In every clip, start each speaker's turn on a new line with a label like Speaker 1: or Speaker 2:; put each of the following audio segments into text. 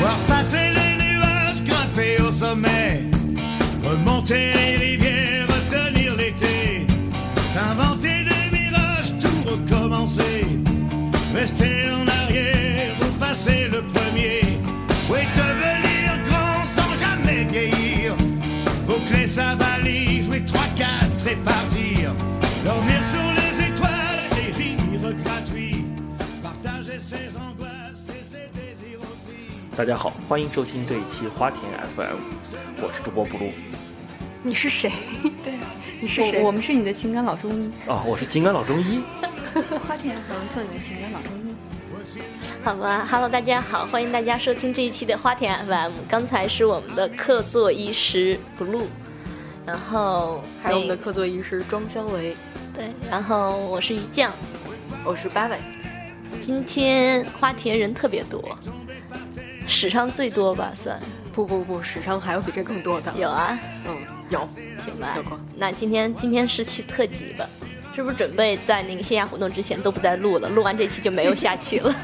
Speaker 1: Voir passer les nuages, grimper au sommet, remonter les rivières, retenir l'été, s'inventer des mirages, tout recommencer, rester en arrière ou passer le premier, oui devenir grand sans jamais vieillir, boucler sa valise, jouer trois quatre et partir, dormir sur les étoiles et rire gratuit, partager ses angoisses et ses désirs aussi.
Speaker 2: 大家好，欢迎收听这一期花田 FM，我是主播布鲁
Speaker 3: 你是谁？
Speaker 4: 对，
Speaker 3: 你是谁？
Speaker 4: 我我们是你的情感老中医，
Speaker 2: 啊，我是情感老中医。
Speaker 4: 花田能做你的情感老中医。
Speaker 5: 好吗？Hello，大家好，欢迎大家收听这一期的花田 FM。刚才是我们的客座医师 Blue，然后
Speaker 4: 还有我们的
Speaker 5: 那
Speaker 4: 客座医师庄肖维，
Speaker 5: 对，然后我是于酱。
Speaker 4: 我是八尾。
Speaker 5: 今天花田人特别多，史上最多吧，算
Speaker 4: 不不不，史上还有比这更多的。
Speaker 5: 有，啊，
Speaker 4: 嗯，有。
Speaker 5: 行吧
Speaker 4: 有过。
Speaker 5: 那今天今天是期特辑吧？是不是准备在那个线下活动之前都不再录了？录完这期就没有下期了。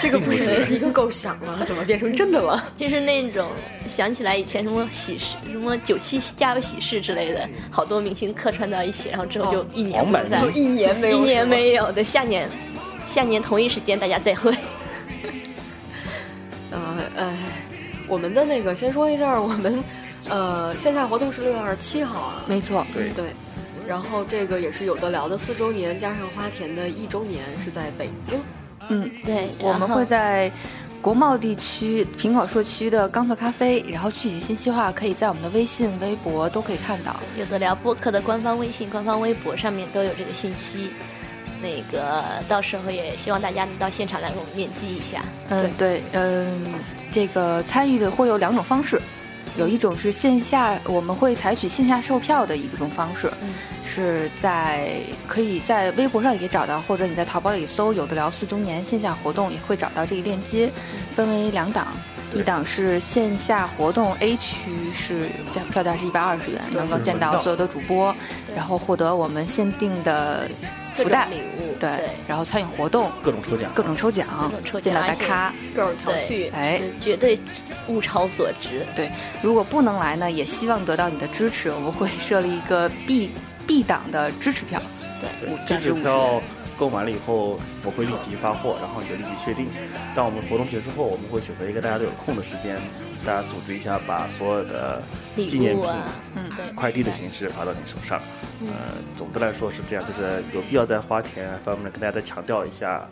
Speaker 4: 这个不是只是一个构想了，怎么变成真的了？
Speaker 5: 就是那种想起来以前什么喜事、什么九七家有喜事之类的，好多明星客串到一起，然后之后就
Speaker 4: 哦
Speaker 5: 一年
Speaker 2: 黄
Speaker 5: 不
Speaker 2: 百
Speaker 5: 在，
Speaker 2: 鸣
Speaker 4: 一年没有，
Speaker 5: 一年没有，对，下年下年同一时间大家再会。
Speaker 4: 呃呃，我们的那个先说一下，我们呃线下活动是六月二十七号啊，
Speaker 6: 没错，
Speaker 2: 对，
Speaker 4: 对。然后这个也是有的聊的四周年，加上花田的一周年是在北京，
Speaker 6: 嗯，
Speaker 5: 对，
Speaker 6: 我们
Speaker 5: 然后
Speaker 6: 会在国贸地区平口社区的刚特咖啡，然后具体信息的话可以在我们的微信、微博都可以看到。
Speaker 5: 有的聊播客的官方微信、官方微博上面都有这个信息。那个到时候也希望大家能到现场来给我们面基一下。
Speaker 6: 嗯，对，嗯，这个参与的会有两种方式，有一种是线下，我们会采取线下售票的一种方式，
Speaker 5: 嗯
Speaker 6: 是在可以在微博上也可以找到，或者你在淘宝里搜“有的聊四周年”线下活动也会找到这个链接，
Speaker 5: 嗯
Speaker 6: 分为两档。一档是线下活动 A 区是价票价是一百二十元，能够
Speaker 2: 就是
Speaker 6: 见
Speaker 2: 闻
Speaker 6: 到
Speaker 2: 到
Speaker 6: 所有的主播，
Speaker 5: 对
Speaker 6: 然后获得我们限定的福
Speaker 5: 各种
Speaker 6: 袋，
Speaker 5: 礼物，
Speaker 6: 对，然后参与活动，
Speaker 2: 各种抽奖，
Speaker 6: 各种抽奖
Speaker 5: 各种，抽奖
Speaker 6: 见到大
Speaker 5: 而且
Speaker 6: 咖，
Speaker 4: 各种调
Speaker 5: 对
Speaker 4: 戏。
Speaker 6: 哎，
Speaker 5: 是绝对物超所值。
Speaker 6: 对，如果不能来呢，也希望得到你的支持，我们会设立一个 B B 档的支持票，
Speaker 2: 对，
Speaker 6: 价
Speaker 2: 支
Speaker 6: 值
Speaker 2: 持
Speaker 6: 五十
Speaker 2: 票
Speaker 6: 元。
Speaker 2: 购买了以后，我会立即发货，然后你就立即确定。当我们活动结束后，我们会选择一个大家都有空的时间，大家组织一下，把所有的
Speaker 5: 礼
Speaker 2: 纪念
Speaker 5: 物
Speaker 2: 品、
Speaker 5: 啊
Speaker 6: 嗯
Speaker 5: 对
Speaker 2: 快递的形式发到你手上。呃，总的来说是这样，就是有必要在花田方面跟大家再强调一下。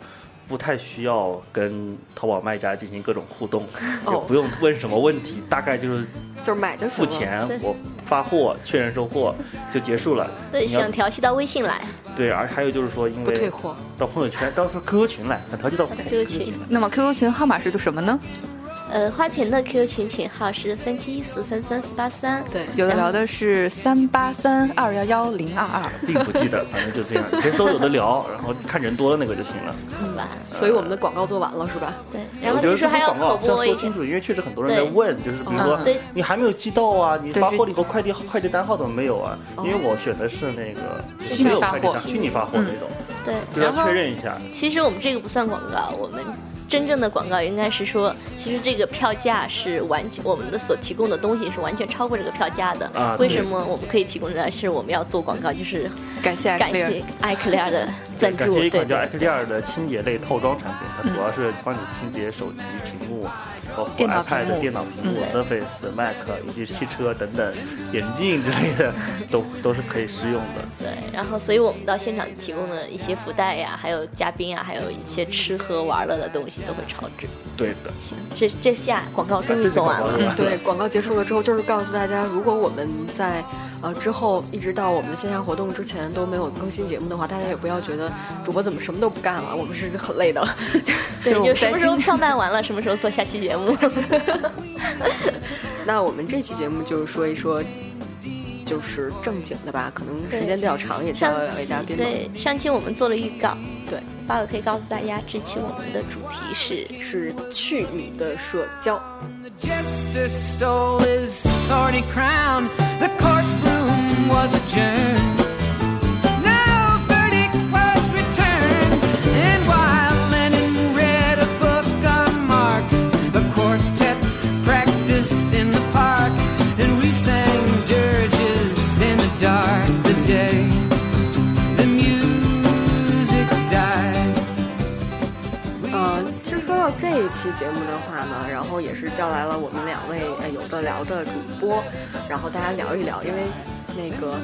Speaker 2: 不太需要跟淘宝卖家进行各种互动，也
Speaker 4: 哦
Speaker 2: 不用问什么问题，大概就是
Speaker 4: 就是买就行
Speaker 2: 付
Speaker 4: 了。
Speaker 2: 钱
Speaker 5: 对，
Speaker 2: 我发货，确认收货就结束了。
Speaker 5: 对，
Speaker 2: 你要
Speaker 5: 想调戏到微信来，
Speaker 2: 对，而还有就是说，因
Speaker 4: 不退
Speaker 2: 为
Speaker 4: 货。
Speaker 2: 到朋友圈，到时候 QQ 群来，很调剂到
Speaker 5: QQ 群。
Speaker 6: 那么 QQ 群号码是什么呢？
Speaker 5: 呃，花田的 QQ 群群号是三七一四三三四八三，
Speaker 4: 对，
Speaker 6: 有的聊的是三八三二幺幺零二二，
Speaker 2: 并不记得，反正就 这样，先搜有的聊，然后看人多的那个就行了。
Speaker 5: 好嗯吧？
Speaker 4: 所以我们的广告做完了是吧？
Speaker 5: 对，然
Speaker 2: 我
Speaker 5: 后
Speaker 2: 觉
Speaker 5: 其
Speaker 2: 得
Speaker 5: 实
Speaker 2: 这
Speaker 5: 还
Speaker 2: 些
Speaker 5: 要
Speaker 2: 广告
Speaker 5: 口
Speaker 2: 要
Speaker 5: 播
Speaker 2: 说
Speaker 5: 一
Speaker 2: 清
Speaker 5: 下，
Speaker 2: 楚，因为确实很多人在
Speaker 5: 对啊
Speaker 2: 问，就是比如说
Speaker 6: 嗯
Speaker 5: 对
Speaker 2: 你还没有寄到啊，你
Speaker 6: 对
Speaker 2: 发货了以后快递快递单号怎么没有啊？
Speaker 5: 哦
Speaker 2: 因为我选的是那个
Speaker 6: 虚拟
Speaker 2: 没有
Speaker 6: 发
Speaker 2: 快递
Speaker 6: 货
Speaker 2: 单，虚拟发货那种，
Speaker 5: 对，
Speaker 2: 就是要
Speaker 5: 嗯然后
Speaker 2: 确认一下。
Speaker 5: 其实我们这个不算广告，我们真正的广告应该是说，其实这个票价是完全我们的所提供的东西是完全超过这个票价的。
Speaker 2: 啊对
Speaker 5: 为什么我们可以提供的是我们要做广告，就是
Speaker 6: 感谢
Speaker 5: 感
Speaker 6: Clear。
Speaker 5: 谢 iClear 的赞
Speaker 2: 感
Speaker 5: 助，
Speaker 2: 谢
Speaker 5: 对
Speaker 2: 一款叫
Speaker 5: 对
Speaker 2: X D 二的清洁类套装产品，它主要是帮你清洁手机屏幕，包括
Speaker 6: 电脑屏
Speaker 2: iPad
Speaker 6: 幕、
Speaker 2: 电脑屏幕、
Speaker 6: 嗯
Speaker 2: Surface、Mac 以及汽车等等眼镜之类的，都都是可以适用的。
Speaker 5: 对，然后所以我们到现场提供的一些福袋呀，还有嘉宾啊，还有一些吃喝玩乐的东西都会超值。
Speaker 2: 对的，
Speaker 5: 这这下广告终
Speaker 2: 啊
Speaker 5: 于
Speaker 2: 这次
Speaker 5: 做完
Speaker 2: 广告
Speaker 5: 了
Speaker 2: 做。完
Speaker 4: 嗯，对，广告结束了之后，就是告诉大家，如果我们在呃之后一直到我们线下活动之前都没有更新节目的话，大家也不要觉得主播怎么什么都不干了，我们是很累的。
Speaker 5: 对，
Speaker 6: 就是
Speaker 5: 就
Speaker 6: 我
Speaker 5: 什
Speaker 6: 在
Speaker 5: 么时候票卖完了，什么时候做下期节目。
Speaker 4: 那我们这期节目就说一说，就是正经的吧，可能时间比较长，也加
Speaker 5: 上
Speaker 4: 了两位嘉
Speaker 5: 期
Speaker 4: 宾嘛。
Speaker 5: 对上期我们做了预告，
Speaker 4: 对，
Speaker 5: 八尾可以告诉大家，这期我们的主题是
Speaker 4: 是去你的社交，
Speaker 7: The jester stole his thorny crown. The courtroom was adjourned. No verdict was returned. And while Lennon read a book on Marx, the quartet
Speaker 4: 话呢，然后也是叫来了我们两位呃有的聊的主播，然后大家聊一聊，因为那个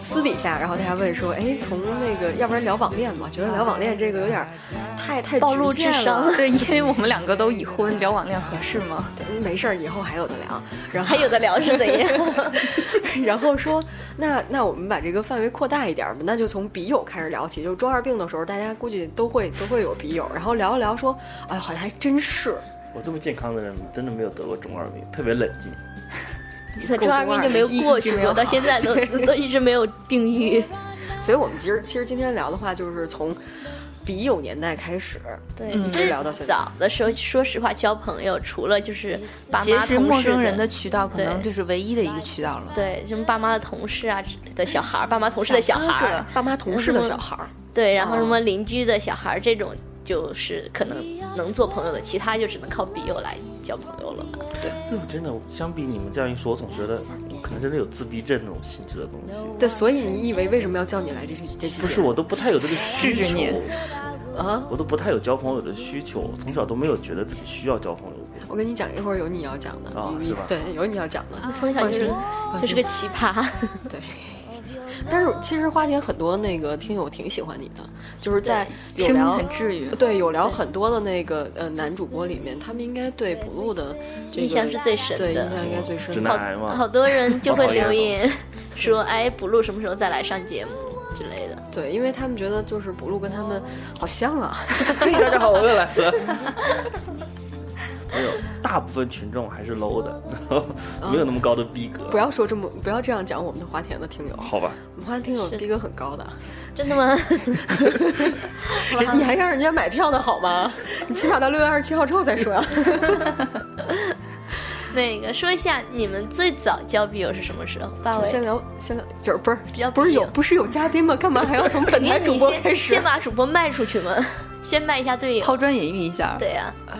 Speaker 4: 私底下，然后大家问说，哎，从那个要不然聊网恋吧，觉得聊网恋这个有点儿太太
Speaker 5: 暴露
Speaker 4: 局限
Speaker 5: 智
Speaker 4: 了
Speaker 5: 商，
Speaker 6: 对，因为我们两个都已婚，聊网恋合适吗？
Speaker 4: 没事儿，以后还有的聊。然后
Speaker 5: 还有的聊是怎样？
Speaker 4: 然后说，那那我们把这个范围扩大一点儿吧，那就从笔友开始聊起。就中二病的时候，大家估计都会都会有笔友，然后聊一聊说，哎，好像还真是，
Speaker 2: 我这么健康的人，真的没有得过中二病，特别冷静。
Speaker 5: 你的中二病就没有过去过，到现在都都一直没有病愈。
Speaker 4: 所以我们其实其实今天聊的话，就是从笔友年代开始，
Speaker 5: 对，
Speaker 6: 嗯
Speaker 5: 其
Speaker 4: 治
Speaker 5: 实
Speaker 4: 疗到现在
Speaker 5: 早的时候，说实话，交朋友除了就是爸
Speaker 6: 结
Speaker 5: 妈、
Speaker 6: 识
Speaker 5: 同
Speaker 6: 陌
Speaker 5: 事
Speaker 6: 生人的渠道，可
Speaker 5: 对
Speaker 6: 能这是唯一的一个渠道了。
Speaker 5: 对，什么爸妈的同事啊的小孩儿，爸妈同事的小孩
Speaker 6: 小哥
Speaker 5: 儿
Speaker 6: 哥，
Speaker 4: 爸妈同事的小孩儿，
Speaker 5: 对，然后什么邻居的小孩儿这种，就是可能能做朋友的，其他就只能靠笔友来交朋友了吧。
Speaker 2: 对，我真的相比你们这样一说，我总觉得我可能真的有自闭症那种性质的东西。
Speaker 4: 对，所以你以为为什么要叫你来这期这期
Speaker 2: 不
Speaker 4: 节
Speaker 2: 是，
Speaker 4: 目
Speaker 2: 我都不太有这个需
Speaker 6: 制止
Speaker 2: 求
Speaker 6: 你
Speaker 4: 啊？
Speaker 2: 我都不太有交朋友的需求，我从小都没有觉得自己需要交朋友过。
Speaker 4: 我跟你讲，一会儿有你要讲的，
Speaker 2: 啊
Speaker 4: 你
Speaker 2: 是吧
Speaker 4: 对，有你要讲的。
Speaker 5: 从小就是就是个奇葩，
Speaker 4: 但是其实花田很多那个听友挺喜欢你的，就是在有
Speaker 6: 声音
Speaker 4: 聊
Speaker 6: 很治愈
Speaker 4: 对有聊很多的那个呃男主播里面，他们应该对补录的这个
Speaker 5: 印象是最深
Speaker 4: 对印
Speaker 5: 的。
Speaker 4: 象应该最深
Speaker 2: 直
Speaker 4: 的。
Speaker 2: 男癌
Speaker 5: 好好
Speaker 2: 嘛，
Speaker 5: 多人就
Speaker 2: 好
Speaker 5: 会
Speaker 2: 讨厌
Speaker 5: 留言说，哎，补录什么时候再来上节目之类的。
Speaker 4: 对，因为他们觉得就是补录跟他们好像啊，
Speaker 2: 嘿，大家好，我又来了。没有，哎大部分群众还是 low 的，没有那么高的逼格。
Speaker 4: 不要说这么不要这样讲我们的花田的听友，
Speaker 2: 好吧，
Speaker 4: 我们花田听友逼格很高的，
Speaker 5: 真的吗？
Speaker 4: 人 你还让人家买票呢好 吗？你起码到六月二十七号之后再 说呀。
Speaker 5: 那个说一下你们最早交笔友是什么时候？八
Speaker 4: 我
Speaker 5: 尾，
Speaker 4: 先聊先聊，就是不是
Speaker 5: 比较
Speaker 4: 不是有
Speaker 5: 别扭
Speaker 4: 不是有嘉宾吗？干嘛还要从本
Speaker 5: 你
Speaker 4: 台主播
Speaker 5: 你先
Speaker 4: 开始
Speaker 5: 先？把主播卖出去 嘛，先卖一下队友。
Speaker 6: 抛砖引玉一下，
Speaker 5: 对啊呀、
Speaker 4: 呃，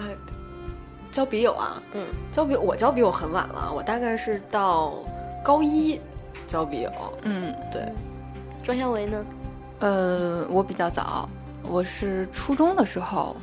Speaker 4: 交笔友啊，
Speaker 5: 嗯，
Speaker 4: 交笔我交笔友很晚了，我大概是到高一交笔友，
Speaker 6: 嗯，
Speaker 4: 对，
Speaker 5: 庄小维呢？
Speaker 6: 呃，我比较早，我是初中的时候，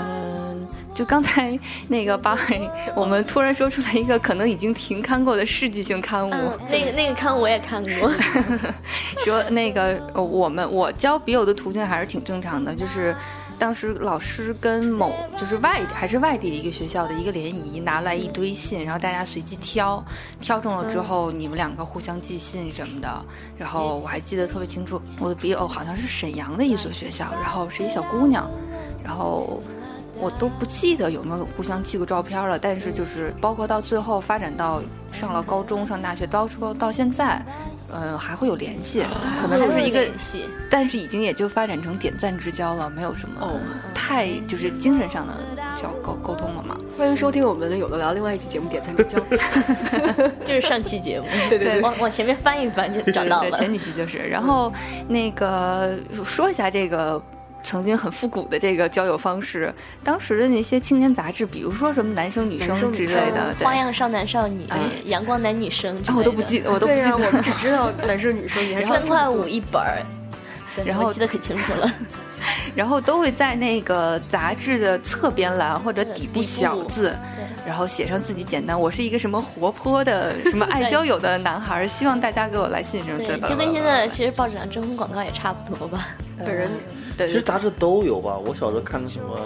Speaker 6: 嗯、就刚才那个八位，我们突然说出来一个可能已经停刊过的世纪性刊物，
Speaker 5: 嗯，那个那个刊我也看 过，
Speaker 6: 说那个呃我们我交笔友的途径还是挺正常的，就是当时老师跟某就是外还是外地的一个学校的一个联谊拿来一堆信，然后大家随机挑，挑中了之后你们两个互相寄信什么的。然后我还记得特别清楚，我的笔友好像是沈阳的一所学校，然后是一小姑娘，然后。我都不记得有没有互相寄过照片了，但是就是包括到最后发展到上了高中、上大学，包括到现在，呃，还会有联系，可能就是一个
Speaker 5: 戏，
Speaker 6: 但是已经也就发展成点赞之交了，没有什么太就是精神上的交沟沟通了嘛。
Speaker 4: 欢迎收听我们的有的聊另外一期节目《点赞之交》，
Speaker 5: 就是上期节目，对
Speaker 6: 对
Speaker 5: 往往前面翻一翻就找到
Speaker 6: 对，
Speaker 5: 了。
Speaker 6: 前几集就是。然后那个说一下这个曾经很复古的这个交友方式，当时的那些青年杂志，比如说什么男生女生
Speaker 4: 男生女
Speaker 6: 之类
Speaker 4: 生
Speaker 6: 的，对啊
Speaker 5: 花。样少男少女、阳光男女生之类的，
Speaker 6: 啊我都不记得，我都不
Speaker 4: 对
Speaker 6: 记
Speaker 4: 呀、
Speaker 6: 得。
Speaker 4: 我们只知道男生女 生，你还
Speaker 5: 三
Speaker 4: 说
Speaker 5: 块五一本儿，对
Speaker 6: 然后
Speaker 5: 我记得可清楚 了。
Speaker 6: 然后都会在那个杂志的侧边栏或者底部小字，然后写上自己简单，我是一个什么活泼的、什么爱交友的男孩，希望大家给我来信什么之
Speaker 5: 对
Speaker 6: 类，的。
Speaker 5: 就跟现在其实报纸上征婚广告也差不多吧。
Speaker 6: 本人对
Speaker 2: 其实杂志都有吧。我小时候看的什么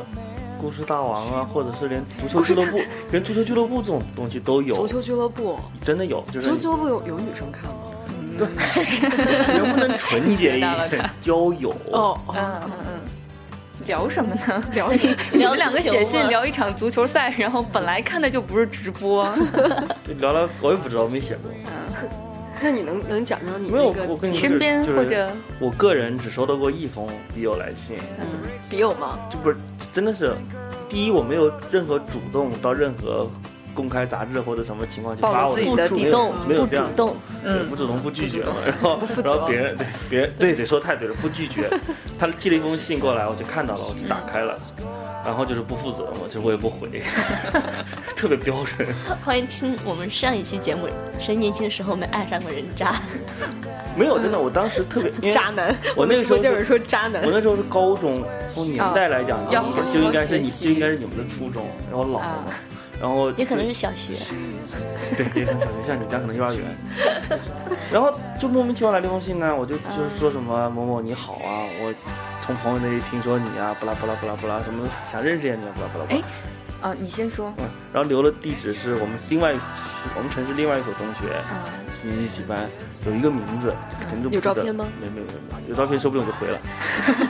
Speaker 2: 《故事大王》啊，或者是连足球俱乐部、连足球俱乐部这种东西都有
Speaker 4: 足，球俱乐部，
Speaker 2: 真的有，就
Speaker 4: 足球
Speaker 2: 是
Speaker 4: 俱乐部有有女生看吗？
Speaker 2: 能不能纯洁一
Speaker 6: 你知道了
Speaker 2: 点
Speaker 6: 吧
Speaker 2: 交友？
Speaker 4: 哦，
Speaker 6: 嗯嗯嗯，聊什么 呢？
Speaker 4: 聊什么？
Speaker 6: 你们两个
Speaker 5: 足球吗
Speaker 6: 写信聊一场足球赛，然后本来看的就不是直 播，
Speaker 2: 就聊聊，我也不知道，没写过。
Speaker 4: 那你能能讲讲你
Speaker 2: 没有，
Speaker 4: 那
Speaker 2: 我跟
Speaker 4: 个
Speaker 2: 你
Speaker 6: 身边
Speaker 2: 就是
Speaker 6: 或者
Speaker 2: 我个人只收到过一封笔友来信，
Speaker 6: 嗯
Speaker 4: 笔友吗？
Speaker 2: 就不是真的是，第一我没有任何主动到任何公开杂志或者什么情况去
Speaker 6: 暴露
Speaker 2: 发我
Speaker 6: 自己
Speaker 2: 不
Speaker 6: 的
Speaker 2: 主
Speaker 6: 底
Speaker 2: 没有
Speaker 5: 洞
Speaker 2: 没有
Speaker 5: 不
Speaker 2: 这
Speaker 5: 主
Speaker 2: 样，
Speaker 5: 动，
Speaker 2: 对不主动不拒绝嘛，然后然后别人对别人对对说太对了，不拒绝，他寄了一封信过来，我就看到了，我就打开了。然后就是不负责嘛，就是我也不回， 特别标准。
Speaker 5: 欢迎听我们上一期节目，谁年轻的时候没爱上过人渣？
Speaker 2: 没有，真的，我当时特别，因为
Speaker 4: 渣男。
Speaker 2: 我那个
Speaker 4: 们
Speaker 2: 时
Speaker 4: 直
Speaker 2: 候
Speaker 4: 播间有
Speaker 2: 是
Speaker 4: 人说渣男
Speaker 2: 我，那时候是高中，从年代来讲，
Speaker 6: 要
Speaker 2: 就
Speaker 6: 好
Speaker 2: 就应该是
Speaker 6: 好
Speaker 2: 你
Speaker 6: 学习
Speaker 2: 就应该是你们的初中，然后老了
Speaker 6: 啊
Speaker 2: 嘛，然后
Speaker 5: 也可能是小学，
Speaker 2: 对，也很小学，像你们家可能幼儿园。然后就莫名其妙来了一封信呢，我就就是说什么某某你好啊，我从朋友那里听说你啊，不啦不啦不啦不啦，什么想认识一下你啊，不啦不啦不啦
Speaker 6: 哎。啊，你先说。
Speaker 2: 嗯，然后留了地址是我们另外我们城市另外一所中学，
Speaker 6: 啊，
Speaker 2: 几年级几班，有一个名字，肯定都不
Speaker 4: 有
Speaker 2: 记得
Speaker 4: 照片吗？
Speaker 2: 没没没没，有照片说不定我就回 了。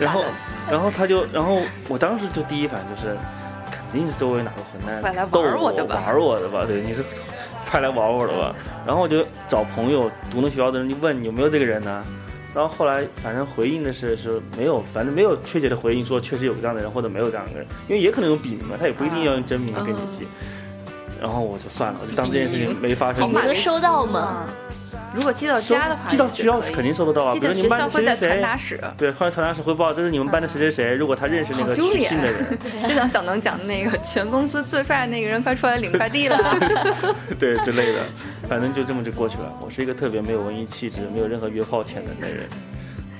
Speaker 2: 然后然后他就然后我当时就第一反应就是，肯定是周围哪个混蛋
Speaker 6: 快来玩
Speaker 2: 逗
Speaker 6: 我
Speaker 2: 我
Speaker 6: 的吧
Speaker 2: 玩我的吧，对，你是快来玩我的吧。然后我就找朋友读那学校的人就问有没有这个人呢、然后后来，反正回应的是是没有，反正没有确切的回应说确实有这样的人或者没有这样的人，因为也可能用笔名嘛，他也不一定要用真名
Speaker 6: 啊
Speaker 2: 跟你一起。然后我就算了，我就当这件事
Speaker 6: 嗯
Speaker 2: 情没发生
Speaker 5: 好
Speaker 2: 过。
Speaker 5: 吧能收到吗？
Speaker 6: 如果寄到
Speaker 2: 收
Speaker 6: 家的话，
Speaker 2: 寄到学校
Speaker 6: 是可以
Speaker 2: 肯定收得到啊，
Speaker 6: 寄
Speaker 2: 比如
Speaker 6: 到
Speaker 2: 你
Speaker 6: 学
Speaker 2: 们班
Speaker 6: 校
Speaker 2: 的
Speaker 6: 会
Speaker 2: 谁
Speaker 6: 在
Speaker 2: 谁
Speaker 6: 传达
Speaker 2: 谁，
Speaker 6: 室。嗯
Speaker 2: 对，后来传达室汇报，这是你们班的谁谁谁，如果他认识那
Speaker 6: 好
Speaker 2: 个
Speaker 6: 丢
Speaker 2: 取
Speaker 6: 脸
Speaker 2: 信的 人，
Speaker 6: 就想想能讲那个全公司最帅那个人快出来领快递了，
Speaker 2: 对之类的，反正就这么就过去了。我是一个特别没有文艺气质、没有任何约炮潜能的人，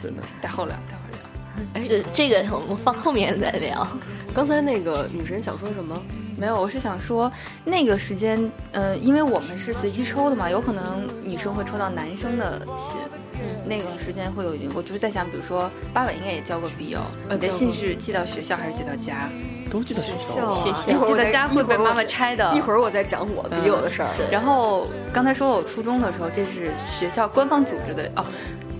Speaker 2: 真的。
Speaker 6: 待会儿聊，待会儿聊。
Speaker 5: 这这个我们放后面再聊。
Speaker 4: 刚才那个女神想说什么？
Speaker 6: 没有，我是想说，那个时间，嗯、因为我们是随机抽的嘛，有可能女生会抽到男生的信。
Speaker 5: 嗯，
Speaker 6: 那个时间会有一点，我就是在想，比如说八尾应该也交过笔友，你的
Speaker 4: 交过
Speaker 6: 信是寄到学校还是寄到家？
Speaker 2: 都记得学
Speaker 4: 校
Speaker 2: 啊
Speaker 4: 啊，
Speaker 5: 学校
Speaker 4: 一会儿
Speaker 6: 寄
Speaker 4: 我
Speaker 6: 到
Speaker 4: 再
Speaker 6: 家会被妈妈。拆的。
Speaker 4: 一会儿我再讲我笔友的事儿。
Speaker 5: 对
Speaker 6: 然后刚才说我初中的时候，这是学校官方组织的哦。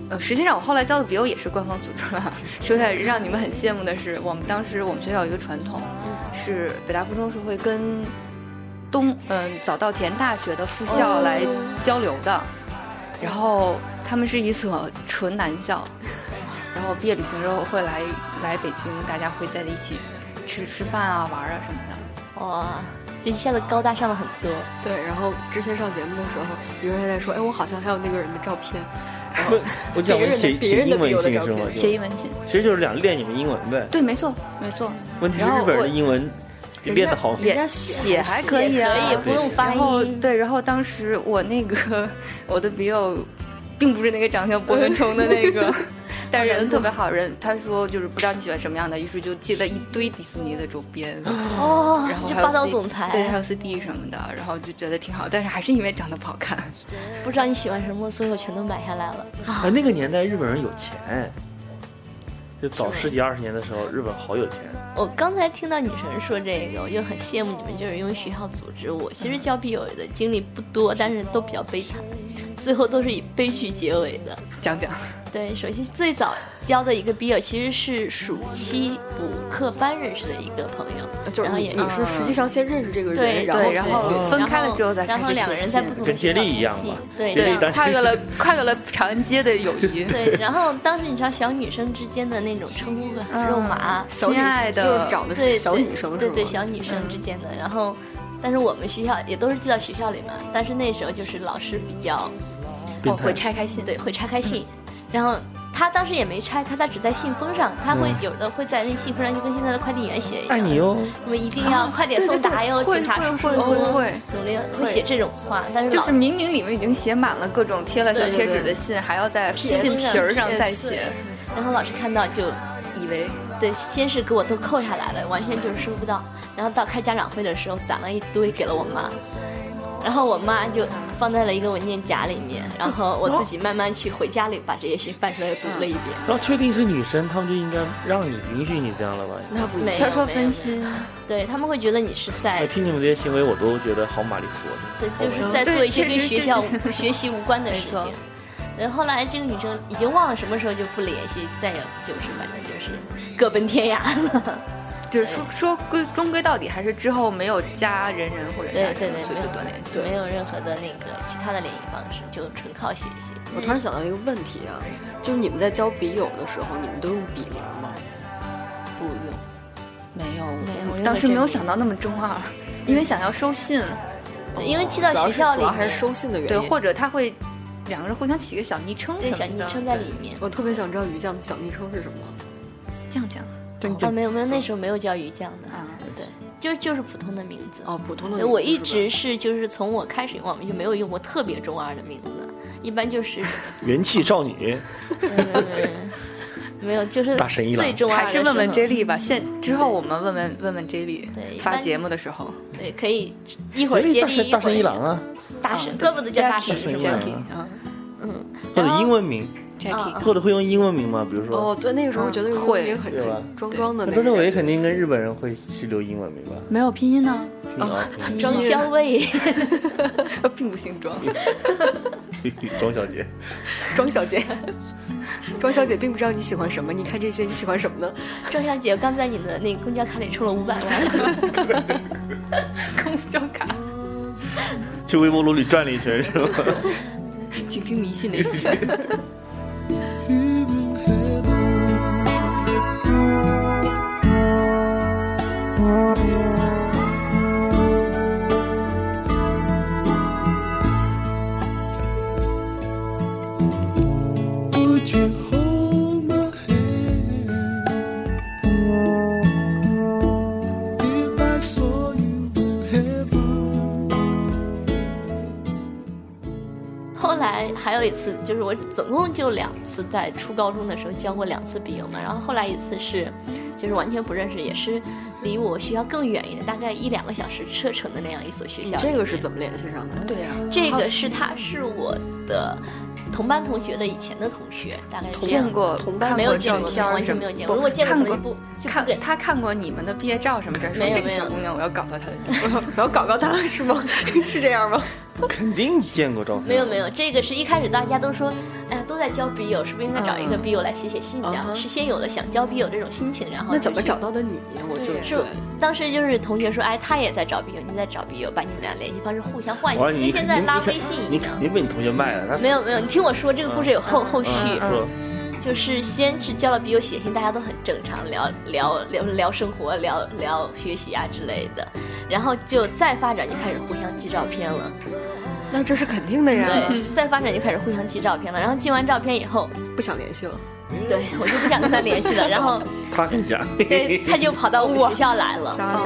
Speaker 6: 呃，实际上我后来交的笔友也是官方组织了。说起来让你们很羡慕的是，我们当时我们学校有一个传统，是北大附中是会跟东嗯、早稻田大学的附校来交流的，然后他们是一所纯男 校，然后毕业旅行之后会来来北京，大家会在一起吃吃饭啊、玩啊什么的。
Speaker 5: 哇，就一下子高大上了很多。
Speaker 4: 对，然后之前上节目的时候，有人还在说，哎，我好像还有那个人的照片。
Speaker 2: 不我讲
Speaker 4: 别
Speaker 2: 我
Speaker 4: 人的
Speaker 2: 写
Speaker 4: 别
Speaker 2: 写
Speaker 4: 人的
Speaker 2: 英文
Speaker 4: 比我的
Speaker 2: 信
Speaker 4: 照
Speaker 2: 是吗
Speaker 4: 片？
Speaker 2: 就
Speaker 6: 写一文信，
Speaker 2: 其实就是想练你们英文呗。
Speaker 6: 对，没错，没错。
Speaker 2: 问题是
Speaker 6: 然后
Speaker 2: 日本人
Speaker 6: 我
Speaker 2: 的英文也
Speaker 6: 人
Speaker 2: 练
Speaker 6: 家
Speaker 2: 得好，
Speaker 6: 也
Speaker 4: 人家
Speaker 6: 写
Speaker 4: 写
Speaker 6: 还
Speaker 4: 还
Speaker 6: 可以
Speaker 5: 所
Speaker 6: 啊
Speaker 5: 以也。不用发
Speaker 6: 然后
Speaker 5: 音。
Speaker 6: 对，然后当时我那个我的笔友，并不是那个长相博圆虫的那 个，但是人特别好人。他说就是不知道你喜欢什么样的，于是就寄了一堆迪士尼的周 边，
Speaker 5: 哦
Speaker 6: 然后，
Speaker 5: 这
Speaker 6: 还有
Speaker 5: 霸道
Speaker 6: CD
Speaker 5: 总
Speaker 6: 对，还
Speaker 5: 裁，
Speaker 6: 有 CD 什么的，然后就觉得挺好，但是还是因为长得不好看。
Speaker 5: 不知道你喜欢什么，所以我全都买下来了。
Speaker 2: 啊，那个年代日本人有钱，就早十几二十年的时候，日本好有钱。
Speaker 6: 哦
Speaker 5: 我刚才听到女神说这个，我就很羡慕你们，就是因为学校组织我。其实交笔友的经历不多，但是都比较悲惨，最后都是以悲剧结尾的。
Speaker 6: 讲讲，
Speaker 5: 对，首先最早交的一个笔友其实是暑期补课班认识的一个朋友，
Speaker 6: 呃
Speaker 4: 就是
Speaker 5: 然后
Speaker 4: 你
Speaker 5: 也
Speaker 4: 你是实际上先认识这个
Speaker 5: 对
Speaker 4: 人，
Speaker 6: 对，
Speaker 4: 嗯然
Speaker 6: 然
Speaker 4: 后
Speaker 6: 后分开了之后再
Speaker 5: 然后
Speaker 6: 开始
Speaker 5: 两个
Speaker 6: 写
Speaker 5: 人在不
Speaker 6: 信。
Speaker 5: 同
Speaker 2: 跟接
Speaker 5: 学校
Speaker 2: 力一样
Speaker 5: 联系
Speaker 2: 嘛
Speaker 5: 对，
Speaker 2: 接
Speaker 5: 这
Speaker 2: 力
Speaker 5: 样
Speaker 2: 当时
Speaker 6: 跨越了跨越了长安街的友谊。
Speaker 5: 对，然后当时你知道小女生之间的那种称呼很肉麻，
Speaker 4: 小女
Speaker 6: 亲爱
Speaker 4: 生
Speaker 6: 的
Speaker 4: 就是找的
Speaker 5: 对
Speaker 4: 是嗯
Speaker 5: 对
Speaker 4: 小女生，
Speaker 5: 对
Speaker 4: 是
Speaker 5: 对
Speaker 4: 吗
Speaker 5: 小女生之间的。然后，但是我们学校也都是寄到学校里嘛，但是那时候就是老师比较
Speaker 6: 我会拆开信，
Speaker 5: 对会拆开信，
Speaker 4: 嗯
Speaker 5: 然后。他当时也没拆开，他只在信封上，他会有的会在那信封上，就跟现在的快递员写一
Speaker 2: 爱
Speaker 5: 样，
Speaker 2: 你哟，
Speaker 5: 我们一定要快点
Speaker 6: 对对
Speaker 5: 送达哟，
Speaker 6: 对会
Speaker 5: 警察叔叔
Speaker 6: 会会会会
Speaker 5: 努力会写这种话，但是
Speaker 6: 就
Speaker 5: 老
Speaker 6: 是明明里面已经写满了各种贴了小
Speaker 5: 对对
Speaker 6: 贴纸的信，还要在信
Speaker 5: PS
Speaker 6: 皮儿上再
Speaker 5: PS
Speaker 6: 写，
Speaker 5: 然后老师看到就
Speaker 6: 以为
Speaker 5: 对，先是给我都扣下来了，完全就是收不到。然后到开家长会的时候，攒了一堆给了我妈，然后我妈就放在了一个文件夹里面，然后我自己慢慢去回家里把这些信翻出来又读了一遍。
Speaker 2: 然后确定是女生，他们就应该让你允许你这样了吧？
Speaker 4: 那不一
Speaker 5: 没
Speaker 4: 样
Speaker 5: 有
Speaker 6: 悄悄分，心，
Speaker 5: 没有 对他们会觉得你是
Speaker 2: 哎，
Speaker 5: 在
Speaker 2: 听你们这些行为，我都觉得好玛丽苏的。
Speaker 5: 对，就是
Speaker 6: 嗯
Speaker 5: 在
Speaker 6: 对
Speaker 5: 做一些
Speaker 6: 确
Speaker 5: 跟
Speaker 6: 实
Speaker 5: 学
Speaker 6: 确
Speaker 5: 校
Speaker 6: 实
Speaker 5: 学习无关的事
Speaker 6: 错
Speaker 5: 情。然后后来这个女生已经忘了什么时候就不联系，再也就是反正就是各奔天涯了。哎
Speaker 6: 就是说说归终归到底还是之后没有加人人或者
Speaker 5: 对
Speaker 6: 加什么，所
Speaker 5: 对对，
Speaker 6: 以
Speaker 5: 没
Speaker 6: 就
Speaker 5: 有
Speaker 6: 断联系。
Speaker 5: 没有任何的那个其他的联系方式，就纯靠写信。
Speaker 4: 我突然想到一个问题啊，就是你们在交笔友的时候，你们都用笔名吗？
Speaker 5: 不用，
Speaker 6: 没
Speaker 5: 没有
Speaker 6: 有，
Speaker 5: 因为
Speaker 6: 当时没有
Speaker 5: 这个
Speaker 6: 想到那么中二，因为想要收信，
Speaker 5: 对因为寄到
Speaker 4: 主要
Speaker 5: 学
Speaker 4: 是
Speaker 5: 校里
Speaker 4: 主要还
Speaker 5: 面，
Speaker 4: 是收信的原因。
Speaker 6: 对，或者他会两个人互相起个小昵称什
Speaker 5: 对
Speaker 6: 么
Speaker 5: 小
Speaker 6: 的，
Speaker 5: 昵称在里面。
Speaker 4: 我特别想知道鱼酱的小昵称是什么。
Speaker 6: 酱酱
Speaker 5: 哦，没有没有，那时候没有叫鱼酱的
Speaker 6: 啊。
Speaker 5: 对，就就是普通的名字。
Speaker 4: 哦，普通的名
Speaker 5: 对，
Speaker 4: 字
Speaker 5: 哎我一
Speaker 4: 是吧
Speaker 5: 直是就是从我开始用网名就没有用过特别中二的名字，一般就是
Speaker 2: 元气少女，
Speaker 5: 没有就是
Speaker 2: 大神一郎
Speaker 5: 最中二
Speaker 6: 还
Speaker 5: 的
Speaker 6: 是问问
Speaker 5: 时候
Speaker 6: J 莉吧。现之后我们问问问问 J 莉
Speaker 5: 嗯对一，般
Speaker 6: 发节目的时候，
Speaker 5: 对，可以一会儿接
Speaker 2: 大
Speaker 5: 力，
Speaker 2: 神
Speaker 5: 一会
Speaker 2: 大
Speaker 5: 儿
Speaker 2: 神一郎啊，
Speaker 5: 大
Speaker 6: 啊
Speaker 5: 神，
Speaker 6: 对
Speaker 5: 怪不得叫大神
Speaker 6: Jackie，
Speaker 5: 是
Speaker 2: 这
Speaker 5: 吗
Speaker 2: 样？
Speaker 6: Jackie 啊
Speaker 5: 嗯，
Speaker 2: 或者
Speaker 5: 然后
Speaker 2: 英文名，
Speaker 5: 嗯哦
Speaker 6: ，Jackie，
Speaker 2: 或者会用英文名吗？比如
Speaker 4: 哦，
Speaker 2: 说，
Speaker 4: 对，那个时候觉得
Speaker 6: 会
Speaker 4: 名很
Speaker 2: 对吧
Speaker 4: 很装装的
Speaker 2: 那
Speaker 4: 那
Speaker 2: 周
Speaker 4: 个
Speaker 2: 政
Speaker 4: 人。
Speaker 2: 委肯定跟日本人会是留英文名 吧？
Speaker 6: 没有拼音呢，
Speaker 2: 哦
Speaker 5: 庄香味，
Speaker 6: 并不姓庄。
Speaker 2: 庄小姐，
Speaker 4: 庄小姐， 庄小姐并不知道你喜欢什么，你看这些你喜欢什么呢？
Speaker 5: 庄小姐，刚在你的那个公交卡里充了五百万，
Speaker 6: 公交卡，
Speaker 2: 去微波炉里转了一圈是吧？
Speaker 6: 请听迷信的一期。
Speaker 1: Would you hold my hand if I saw you in heaven?
Speaker 5: 后来还有一次，就是我总共就两次在初高中的时候交过两次笔友嘛，然后后来一次是，就是完全不认识，也是离我学校更远一点，大概一两个小时车程的那样一所学
Speaker 4: 你
Speaker 5: 校。
Speaker 4: 这个是怎么联系上的？
Speaker 6: 对呀，啊
Speaker 5: 这个是他是我的同班同学的以前的同学，大概是这
Speaker 6: 见
Speaker 5: 样子
Speaker 6: 过
Speaker 4: 同班
Speaker 6: 看
Speaker 5: 没有
Speaker 6: 过
Speaker 5: 见
Speaker 6: 照
Speaker 5: 过，
Speaker 6: 片儿
Speaker 5: 完
Speaker 6: 什
Speaker 5: 全
Speaker 6: 么
Speaker 5: 没有见
Speaker 6: 不
Speaker 5: 过。如果见过，
Speaker 6: 看
Speaker 5: 可
Speaker 6: 过
Speaker 5: 能不就不
Speaker 6: 看
Speaker 5: 给
Speaker 6: 他看过你们的毕业照什么的，说
Speaker 5: 没有
Speaker 6: 这个
Speaker 5: 没有
Speaker 6: 小姑娘我要搞到她的地步。
Speaker 4: 我要搞搞她是吗？是这样吗？
Speaker 2: 肯定见过照片。
Speaker 5: 没有没有，这个是一开始大家都说，哎呀，都在交笔友，是不是应该找
Speaker 6: 嗯
Speaker 5: 一个笔友来写写信？这样、
Speaker 4: 嗯哼
Speaker 5: 是先有了想交笔友这种心情，然后
Speaker 4: 那怎
Speaker 5: 就
Speaker 4: 么
Speaker 5: 去
Speaker 4: 找？到的你？我就
Speaker 6: 对
Speaker 5: 是当时就是同学说，哎，他也在找笔友，你在找笔友，把你们俩联系方式互相换一
Speaker 2: 我
Speaker 5: 下，
Speaker 2: 说
Speaker 5: 跟
Speaker 2: 你
Speaker 5: 现在拉微信
Speaker 2: 你
Speaker 5: 一样
Speaker 2: 肯。定被你同学卖了。
Speaker 5: 没有没有，你听我说，这个故事有后、后续。
Speaker 2: 嗯说
Speaker 5: 就是先去交了笔友写信，大家都很正常，聊聊聊聊生活，聊聊学习啊之类的，然后就再发展就开始互相寄照片了，
Speaker 4: 那这是肯定的呀，
Speaker 5: 对，再发展就开始互相寄照片了，然后寄完照片以后，
Speaker 4: 不想联系了。
Speaker 5: 对我就不想跟他联系 了，然后
Speaker 2: 他很想，
Speaker 5: 对他就跑到我们学校来了，
Speaker 4: 渣男，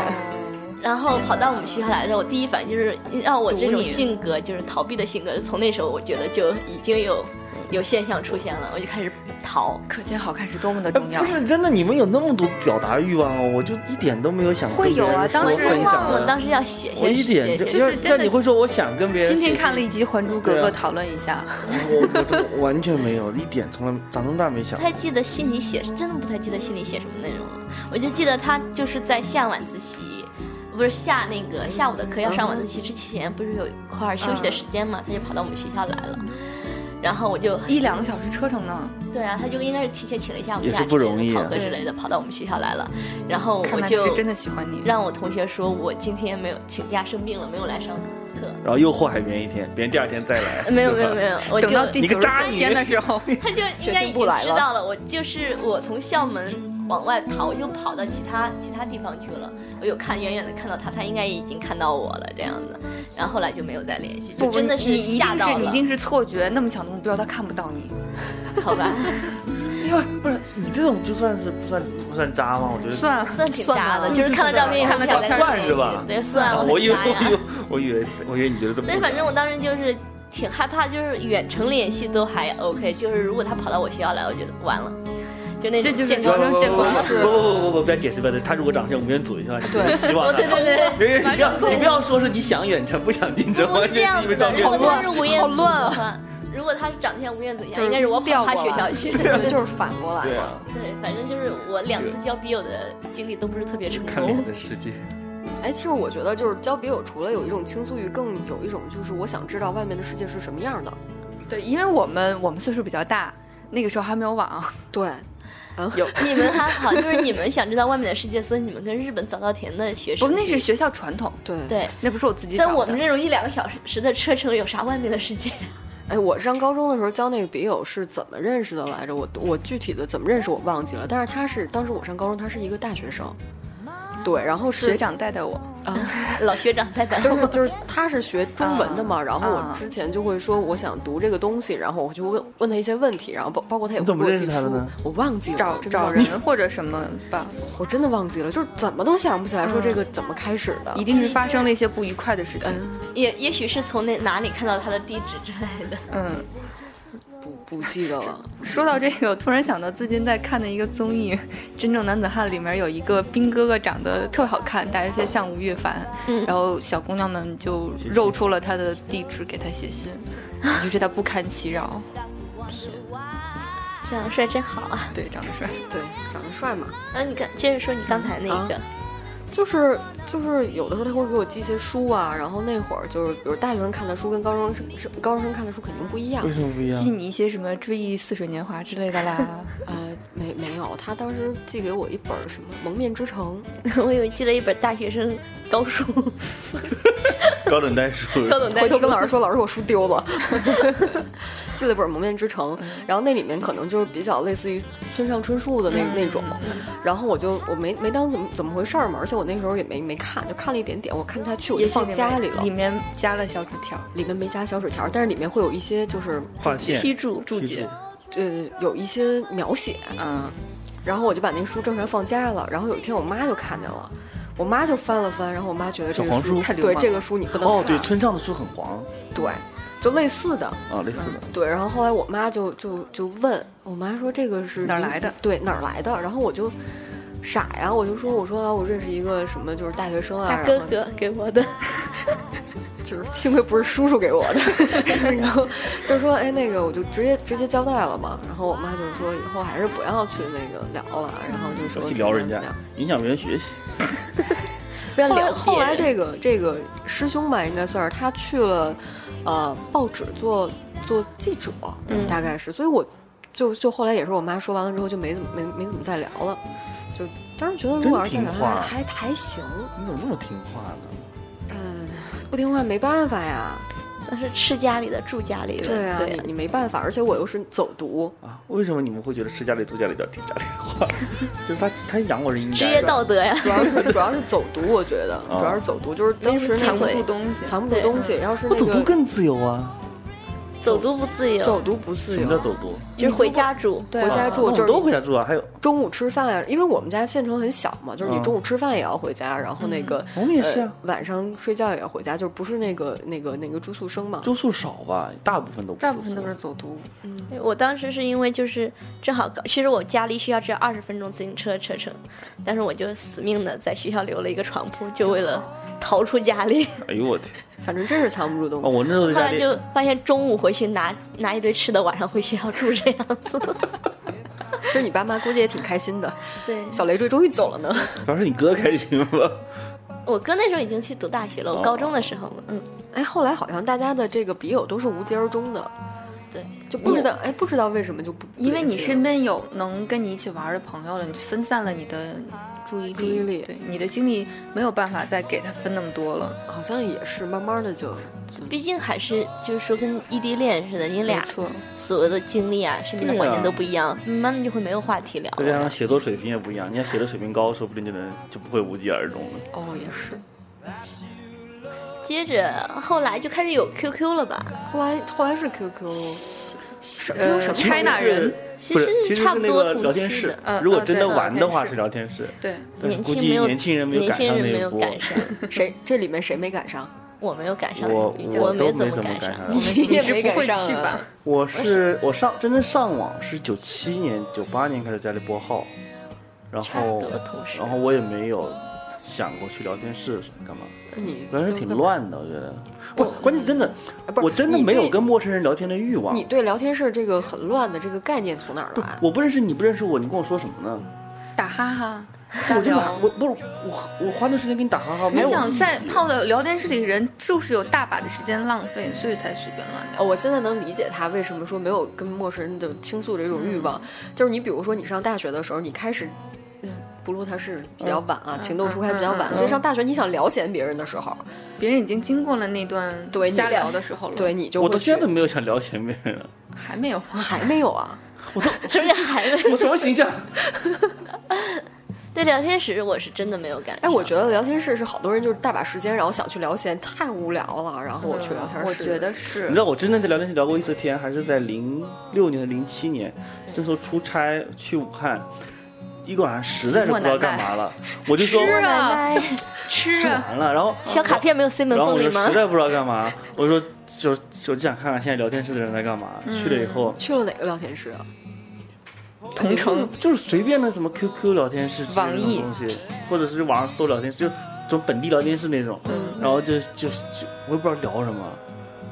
Speaker 5: 然后跑到我们学校来的时候，我第一反应就是让我这
Speaker 6: 堵
Speaker 5: 种
Speaker 6: 你
Speaker 5: 性格就是逃避的性格，从那时候我觉得就已经有有现象出现了，我就开始逃。
Speaker 6: 可见好看是多么的
Speaker 2: 哎
Speaker 6: 重要
Speaker 2: 不。是真的，你们有那么多表达欲望哦，我就一点都没有想跟
Speaker 6: 会有啊
Speaker 2: 别人说
Speaker 6: 当时
Speaker 2: 分享
Speaker 5: 我
Speaker 2: 的。
Speaker 5: 当时要写
Speaker 2: 我
Speaker 5: 些
Speaker 2: 一点
Speaker 5: 写
Speaker 2: 就
Speaker 5: 些
Speaker 6: 就是真的
Speaker 2: 那你会说我想跟别人
Speaker 6: 今
Speaker 2: 写
Speaker 6: 天
Speaker 2: 信
Speaker 6: 看了一集《还珠格格
Speaker 2: 对》，啊
Speaker 6: 讨论一下，
Speaker 2: 我我这个完全没有，一点从来长这么大没
Speaker 5: 不
Speaker 2: 想过
Speaker 5: 太。记得信里写，真的不太记得信里写什么内容了。我就记得他就是在下晚自习，不是下那个下午的课要上晚自习之前，不是有一块儿休息的时间嘛，他就跑到我们学校来了。然后我就
Speaker 6: 一两个小时车程呢，
Speaker 5: 对啊，他就应该是提前请了一下午
Speaker 2: 也是
Speaker 5: 假
Speaker 2: 不
Speaker 5: 之类的
Speaker 2: 容易啊
Speaker 5: 逃课之类的，跑到我们学校来了。然后
Speaker 6: 看
Speaker 5: 我
Speaker 6: 来他
Speaker 5: 就是
Speaker 6: 真的喜欢你。
Speaker 5: 让我同学说我今天没有请假生病了，没有来上 课。
Speaker 2: 然后又祸害别人一天，别人第二天再来。
Speaker 5: 没有
Speaker 2: 是
Speaker 5: 没
Speaker 2: 吧
Speaker 5: 有没有， 我就
Speaker 6: 等到第
Speaker 2: 你个
Speaker 6: 九十
Speaker 2: 渣
Speaker 6: 九
Speaker 2: 女
Speaker 6: 天的时 候，
Speaker 5: 他就应该已经知道了，我就是我从校门往外跑，我就跑到其他其他地方去了。我有看远远的看到他，他应该已经看到我了这样子，然后后来就没有再联系，就
Speaker 6: 不，
Speaker 5: 真的
Speaker 6: 你一
Speaker 5: 吓
Speaker 6: 定
Speaker 5: 到
Speaker 6: 是你一
Speaker 5: 了，
Speaker 6: 定是错觉，那么小的目标他看不到你，
Speaker 5: 好吧，
Speaker 2: 因为不是你这种就算是不算不算渣吗？我觉得
Speaker 6: 算
Speaker 5: 算挺渣的，
Speaker 6: 吧
Speaker 5: 就是看到照片以后
Speaker 6: 看
Speaker 5: 不
Speaker 6: 到
Speaker 5: 想
Speaker 6: 照
Speaker 5: 再
Speaker 6: 片
Speaker 5: 联
Speaker 2: 算是吧
Speaker 5: 系对，算
Speaker 2: 啊
Speaker 5: 我
Speaker 2: 我
Speaker 5: 很
Speaker 2: 以为
Speaker 5: 渣呀。
Speaker 2: 我以为我以为我以为你觉得这么渣。
Speaker 5: 对，反正我当时就是挺害怕，就是远程联系都还 OK，就是如果他跑到我学校来，我觉得完了，就那种
Speaker 6: 这就是
Speaker 5: 见
Speaker 2: 不
Speaker 5: 光
Speaker 6: 真
Speaker 2: 不不
Speaker 6: 正
Speaker 5: 死
Speaker 6: 见过
Speaker 2: 不
Speaker 6: 世
Speaker 2: 不不不不不，不要解释不要解释，他如果长得像吴彦祖的话，你就
Speaker 4: 对
Speaker 2: 有希望
Speaker 5: 哦，
Speaker 2: 了。
Speaker 5: 对对对。
Speaker 2: 别别你不要你不要说是你想远程不想近程，
Speaker 5: 不
Speaker 2: 完
Speaker 5: 是
Speaker 2: 全
Speaker 5: 这样
Speaker 2: 是因为
Speaker 5: 子
Speaker 2: 照
Speaker 5: 的，
Speaker 2: 片
Speaker 5: 如果他是吴彦
Speaker 4: 好
Speaker 5: 祖
Speaker 4: 乱
Speaker 6: 啊
Speaker 5: 的话，如果他是长得像吴彦祖一
Speaker 4: 就
Speaker 5: 样，
Speaker 4: 是
Speaker 5: 应该是我跑
Speaker 4: 调
Speaker 5: 他
Speaker 4: 过
Speaker 5: 学校
Speaker 4: 来
Speaker 5: 去。
Speaker 4: 对，就是反过来
Speaker 2: 对
Speaker 4: 了。
Speaker 2: 啊，
Speaker 5: 对，反正就是我两次交笔友的经历都不是特别成
Speaker 2: 看脸
Speaker 5: 功。
Speaker 2: 的世界。
Speaker 4: 哎，其实我觉得就是交笔友，除了有一种倾诉欲，更有一种就是我想知道外面的世界是什么样的。
Speaker 6: 对，因为我们我们岁数比较大，那个时候还没有网，
Speaker 4: 对，啊
Speaker 5: 你们还好，就是你们想知道外面的世界，所以你们跟日本早稻田的学
Speaker 6: 不，
Speaker 5: 生去，
Speaker 6: 那是学校传统，
Speaker 4: 对，
Speaker 5: 对。
Speaker 6: 那不是我自己找的。
Speaker 5: 但我们这种一两个小时的车程，有啥外面的世界？
Speaker 4: 哎，我上高中的时候交那个笔友是怎么认识的来着？我我具体的怎么认识我忘记了，但是他是当时我上高中，他是一个大学生，对，然后是
Speaker 6: 学长带带我，
Speaker 5: 老学长代班。
Speaker 4: 就是就是他是学中文的嘛，然后我
Speaker 6: 啊
Speaker 4: 之前就会说我想读这个东西，然后我就问问他一些问题，然后包包括他也
Speaker 2: 你
Speaker 4: 会
Speaker 2: 怎么
Speaker 4: 给我
Speaker 2: 认识
Speaker 4: 寄
Speaker 2: 他的
Speaker 4: 书
Speaker 2: 呢，
Speaker 4: 我忘记了
Speaker 6: 找
Speaker 4: 真的
Speaker 6: 找
Speaker 4: 忘记了
Speaker 6: 人或者什么吧，
Speaker 4: 我真的忘记了，就是怎么都想不起来说这个怎么开始的
Speaker 6: 嗯一。定是发生了一些不愉快的事情。
Speaker 5: 也也许是从那哪里看到他的地址之类 的。
Speaker 6: 嗯，
Speaker 4: 不不记得了，
Speaker 6: 说到这个，我突然想到最近在看的一个综艺《真正男子汉》，里面有一个兵哥哥长得特好看，大家是像吴亦凡，
Speaker 4: 嗯
Speaker 6: 然后小姑娘们就露出了他的地址给他写信，我就觉得他不堪其扰。
Speaker 5: 这样帅真好啊！
Speaker 6: 对，长得帅，
Speaker 4: 对，长得帅嘛，
Speaker 5: 那你看，接着说你刚才
Speaker 4: 啊
Speaker 5: 那个，
Speaker 4: 就是就是有的时候他会给我寄一些书啊，然后那会儿就是比如大学生看的书跟高中生高中生看的书肯定不一样
Speaker 2: 为。什么不一
Speaker 6: 寄
Speaker 2: 样？
Speaker 6: 你一些什么《追忆似水年华》之类的啦。
Speaker 4: 呃，没没有，他当时寄给我一本什么《蒙面之城》，
Speaker 5: 我以为寄了一本大学生高数，
Speaker 2: 高等代数，
Speaker 5: 高等代数
Speaker 4: 回头跟老师说，老师我书丢 了，寄了本《蒙面之城》，
Speaker 6: 嗯
Speaker 4: 然后那里面可能就是比较类似于村上春树的那、
Speaker 6: 嗯
Speaker 4: 那种，然后我就我没没当怎么怎么回事儿嘛，而且我那时候也没没看，就看了一点点，我看不下去，我就
Speaker 6: 也许
Speaker 4: 放家里
Speaker 6: 面
Speaker 4: 了
Speaker 6: 里。面加了小纸条。
Speaker 4: 里面没加小纸条，但是里面会有一些就是
Speaker 2: 划线、
Speaker 5: 批注
Speaker 2: 注
Speaker 6: 解
Speaker 4: 呃有一些描写，
Speaker 6: 嗯，
Speaker 4: 然后我就把那书正常放家了。然后有一天我妈就看见了，我妈就翻了翻，然后我妈觉得这
Speaker 2: 小
Speaker 4: 个
Speaker 2: 黄
Speaker 4: 书
Speaker 2: 书
Speaker 6: 太流
Speaker 4: 对
Speaker 6: 氓
Speaker 4: 这个书你不能看，
Speaker 2: 哦，对，村上的书很黄
Speaker 4: 对就类似的，
Speaker 2: 啊，类似的。
Speaker 4: 对，然后后来我妈就就就问我妈说这个是
Speaker 6: 哪儿
Speaker 4: 你
Speaker 6: 来的？
Speaker 4: 对，哪儿来的？然后我就傻呀，我就说我说、啊我认识一个什么就是大学生啊，
Speaker 5: 大
Speaker 4: 然
Speaker 5: 哥
Speaker 4: 后
Speaker 5: 哥给 我的，
Speaker 4: 就是幸亏不是叔叔给我 的， 然后就说哎那个我就直接直接交代了嘛，然后我妈就说以后还是不要去那个聊了，然后就
Speaker 2: 少
Speaker 4: 说
Speaker 2: 去
Speaker 4: 怎
Speaker 2: 聊
Speaker 4: 么
Speaker 2: 人
Speaker 4: 样
Speaker 2: 家
Speaker 4: 怎么样，
Speaker 2: 影响别人学习。
Speaker 5: 不要
Speaker 4: 后来
Speaker 5: 聊
Speaker 4: 后来
Speaker 5: 别人
Speaker 4: 这个这个师兄吧，应该算是他去了，呃，报纸做做记者，
Speaker 5: 嗯
Speaker 4: 大概是，所以我就就后来也是我妈说完了之后就没怎么没没怎么再聊了，就当时觉得如
Speaker 2: 真
Speaker 4: 果要是再
Speaker 2: 听
Speaker 4: 聊
Speaker 2: 话
Speaker 4: 还还还行，
Speaker 2: 你怎么那么听话呢？
Speaker 4: 嗯，不听话没办法呀，
Speaker 5: 那是吃家里的，住家里的，
Speaker 4: 对啊，
Speaker 5: 对
Speaker 4: 你你没办法，而且我又是走读，
Speaker 2: 啊，为什么你们会觉得吃家里住家里叫听家里的话？啊就是他他养我是应
Speaker 5: 职
Speaker 2: 该
Speaker 5: 业
Speaker 2: 的。
Speaker 5: 道德呀。
Speaker 4: 主要是主要是走读，我觉得
Speaker 2: 啊
Speaker 4: 主要是走读，就是当时
Speaker 5: 没什
Speaker 4: 那
Speaker 6: 藏
Speaker 5: 么机
Speaker 6: 不
Speaker 5: 会
Speaker 4: 个
Speaker 6: 住东西，
Speaker 4: 藏不住
Speaker 5: 对
Speaker 4: 东西，要是
Speaker 2: 我
Speaker 4: 那
Speaker 2: 走读
Speaker 4: 个
Speaker 2: 更自由啊！
Speaker 5: 走读不自由，
Speaker 4: 走读不自
Speaker 2: 什
Speaker 4: 由
Speaker 2: 么叫，走读？
Speaker 5: 就是回家住。
Speaker 4: 回啊家
Speaker 2: 那
Speaker 4: 住
Speaker 2: 我
Speaker 4: 就
Speaker 2: 们
Speaker 4: 是
Speaker 2: 都回家住啊，还有
Speaker 4: 中午吃饭啊，因为我们家县城很小嘛，就是你中午吃饭也要回家，然后
Speaker 5: 嗯
Speaker 4: 那个、
Speaker 2: 啊我们也是啊
Speaker 4: 呃，晚上睡觉也要回家，就不是那个那个那个住宿生嘛。
Speaker 2: 住宿少吧，大部分都不
Speaker 6: 大
Speaker 2: 住
Speaker 6: 部分
Speaker 2: 宿
Speaker 6: 都是走读。
Speaker 5: 我当时是因为就是正好搞，其实我家离学校只有二十分钟自行车车程，但是我就死命的在学校留了一个床铺，就为了逃出家里。
Speaker 2: 哎呦我天！
Speaker 4: 反正真是藏不住
Speaker 2: 哦，
Speaker 4: 东西。
Speaker 2: 我那时候在
Speaker 5: 后
Speaker 2: 家
Speaker 5: 来
Speaker 2: 里
Speaker 5: 就发现中午回去拿拿一堆吃的，晚上回学校住这样子。
Speaker 4: 其实你爸妈估计也挺开心的，
Speaker 5: 对，
Speaker 4: 小累赘终于走了呢。
Speaker 2: 主要是你哥开心吧？
Speaker 5: 我哥那时候已经去读大学了，我
Speaker 2: 哦
Speaker 5: 高中的时候嘛，嗯，
Speaker 4: 哎，后来好像大家的这个笔友都是无疾而终的，
Speaker 5: 对，
Speaker 4: 就不知道哎，不知道为什么就不
Speaker 6: 因为你身
Speaker 4: 边
Speaker 6: 边有能跟你一起玩的朋友了，你分散了你的注意力，
Speaker 4: 注意力
Speaker 6: 对你的精力没有办法再给他分那么多了。
Speaker 4: 好像也是慢慢的就
Speaker 5: 毕竟还是就是说跟异地恋似的，你
Speaker 6: 没
Speaker 5: 俩
Speaker 6: 错，
Speaker 5: 所有的经历啊，身边的
Speaker 2: 对啊啊
Speaker 5: 环境都不一样，慢慢的就会没有话题聊
Speaker 2: 再加
Speaker 5: 了。
Speaker 2: 上写作水平也不一样，你要写的水平高，说不定就能就不会无疾而终了。
Speaker 4: 哦也是。
Speaker 5: 接着后来就开始有 QQ 了吧？
Speaker 4: 后来后来是 QQ，
Speaker 6: 是
Speaker 4: 用
Speaker 6: 呃
Speaker 4: 什么
Speaker 6: ，China 人，
Speaker 5: 其
Speaker 2: 不是
Speaker 5: 实，
Speaker 2: 其实
Speaker 5: 差
Speaker 2: 是
Speaker 5: 不
Speaker 2: 那
Speaker 5: 多
Speaker 2: 个
Speaker 5: 同
Speaker 2: 聊天
Speaker 5: 期
Speaker 2: 室
Speaker 5: 的，呃
Speaker 6: 嗯
Speaker 2: 如果
Speaker 6: 嗯
Speaker 2: 真的
Speaker 6: 对
Speaker 2: 玩的话
Speaker 6: 聊天室
Speaker 2: 是聊天室，
Speaker 6: 对，
Speaker 2: 但是
Speaker 5: 年
Speaker 2: 估
Speaker 5: 轻没
Speaker 2: 计
Speaker 5: 有
Speaker 2: 年轻人没有
Speaker 5: 年
Speaker 2: 赶
Speaker 5: 轻
Speaker 2: 上
Speaker 5: 人
Speaker 2: 那
Speaker 5: 没
Speaker 2: 一
Speaker 5: 有
Speaker 2: 波。
Speaker 5: 赶上，
Speaker 4: 谁这里面谁没赶上？
Speaker 5: 我没有赶上，
Speaker 2: 我我
Speaker 5: 没
Speaker 2: 都没
Speaker 5: 么
Speaker 2: 怎么
Speaker 5: 赶
Speaker 2: 赶
Speaker 5: 上。
Speaker 2: 上
Speaker 4: 你
Speaker 6: 你
Speaker 4: 也
Speaker 6: 是
Speaker 4: 没
Speaker 6: 不
Speaker 4: 赶
Speaker 6: 会
Speaker 4: 上
Speaker 6: 去
Speaker 4: 啊
Speaker 6: 吧？？
Speaker 2: 我是我上真正上网是九七年、九八年开始家里拨号，然
Speaker 5: 差不
Speaker 2: 后
Speaker 5: 多同时
Speaker 2: 然后我也没有想过去聊天室干嘛，
Speaker 4: 那你
Speaker 2: 聊天室挺乱的，我觉得。不，关键真的，
Speaker 5: 呃
Speaker 4: 不是
Speaker 2: 我真的
Speaker 4: 你
Speaker 2: 没有
Speaker 4: 对
Speaker 2: 跟陌生人聊天的欲望
Speaker 4: 你。对聊天室这个很乱的这个概念从哪儿
Speaker 2: 不
Speaker 4: 来？
Speaker 2: 我不认识你，不认识我，你跟我说什么呢？
Speaker 6: 打哈哈，
Speaker 2: 我
Speaker 6: 撒
Speaker 2: 就打，
Speaker 6: 娇。
Speaker 2: 我不是我我花那时间跟你打哈哈，没
Speaker 6: 你
Speaker 2: 有
Speaker 6: 想在泡到聊天室里的人，就是有大把的时间浪费，所以才随便乱聊。
Speaker 4: 哦，我现在能理解他为什么说没有跟陌生人的倾诉这种欲望，
Speaker 2: 嗯
Speaker 4: 就是你比如说你上大学的时候，你开始。嗯不论他是比较晚
Speaker 2: 嗯
Speaker 4: 啊，情窦初开比较晚，所以上大学你想聊闲别人的时候，
Speaker 6: 别人已经经过了那段
Speaker 4: 对你
Speaker 6: 瞎
Speaker 4: 俩
Speaker 6: 聊的时候了，
Speaker 4: 对，你就
Speaker 2: 我
Speaker 4: 会
Speaker 2: 到现在
Speaker 4: 去
Speaker 2: 都没有想聊前面人，
Speaker 6: 还没有。
Speaker 4: 还没有啊，
Speaker 5: 什么叫还没？
Speaker 2: 我什么形象？
Speaker 5: 对聊天室我是真的没有感。
Speaker 4: 哎，我觉得聊天室是好多人就是大把时间，然后想去聊闲，太无聊了，然后
Speaker 5: 啊
Speaker 4: 我去聊天室。
Speaker 6: 我觉得是
Speaker 2: 你知，道我真正在聊天室聊过一次天，还是在零六年、零七年，那时候出差去武汉，一个晚上实在是不知道干嘛了，我就说
Speaker 6: 吃啊，
Speaker 2: 吃
Speaker 6: 吃啊，
Speaker 2: 完了，然后
Speaker 5: 小卡片没有塞门
Speaker 2: 然后
Speaker 5: 缝
Speaker 2: 我
Speaker 5: 里
Speaker 2: 就
Speaker 5: 吗
Speaker 2: 实？在不知道干嘛，我说就就就想看看现在聊天室的人在干嘛。去了以后，
Speaker 4: 去了哪个聊天室啊？
Speaker 2: 同城就是随便的什么 QQ 聊天室之类的
Speaker 6: 网易
Speaker 2: 东西，或者是网上搜聊天室，就这种本地聊天室那种，
Speaker 6: 嗯
Speaker 2: 然后就就就我也不知道聊什么，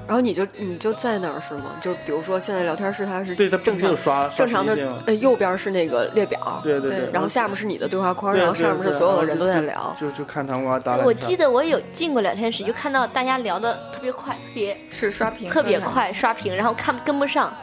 Speaker 4: 然后你就你就在那儿是吗？就比如说现在聊天室它是
Speaker 2: 对他并
Speaker 4: 正
Speaker 2: 没有
Speaker 4: 常
Speaker 2: 刷
Speaker 4: 正常
Speaker 2: 刷时间
Speaker 4: 的
Speaker 2: 嘛，
Speaker 4: 呃右边是那个列表，
Speaker 2: 对对
Speaker 6: 对
Speaker 4: 然后下面是你的对话框，
Speaker 2: 对
Speaker 4: 然后
Speaker 2: 对
Speaker 4: 上面是
Speaker 2: 对
Speaker 4: 所有的
Speaker 2: 然
Speaker 4: 人
Speaker 2: 后
Speaker 4: 都
Speaker 2: 就
Speaker 4: 在
Speaker 2: 就
Speaker 4: 聊。
Speaker 2: 就就看他们啊打
Speaker 5: 我记
Speaker 2: 得
Speaker 5: 得我有进过聊天室，就看到大家聊的特别快，特别
Speaker 6: 是刷屏
Speaker 5: 特别，快刷屏，然后看跟不上。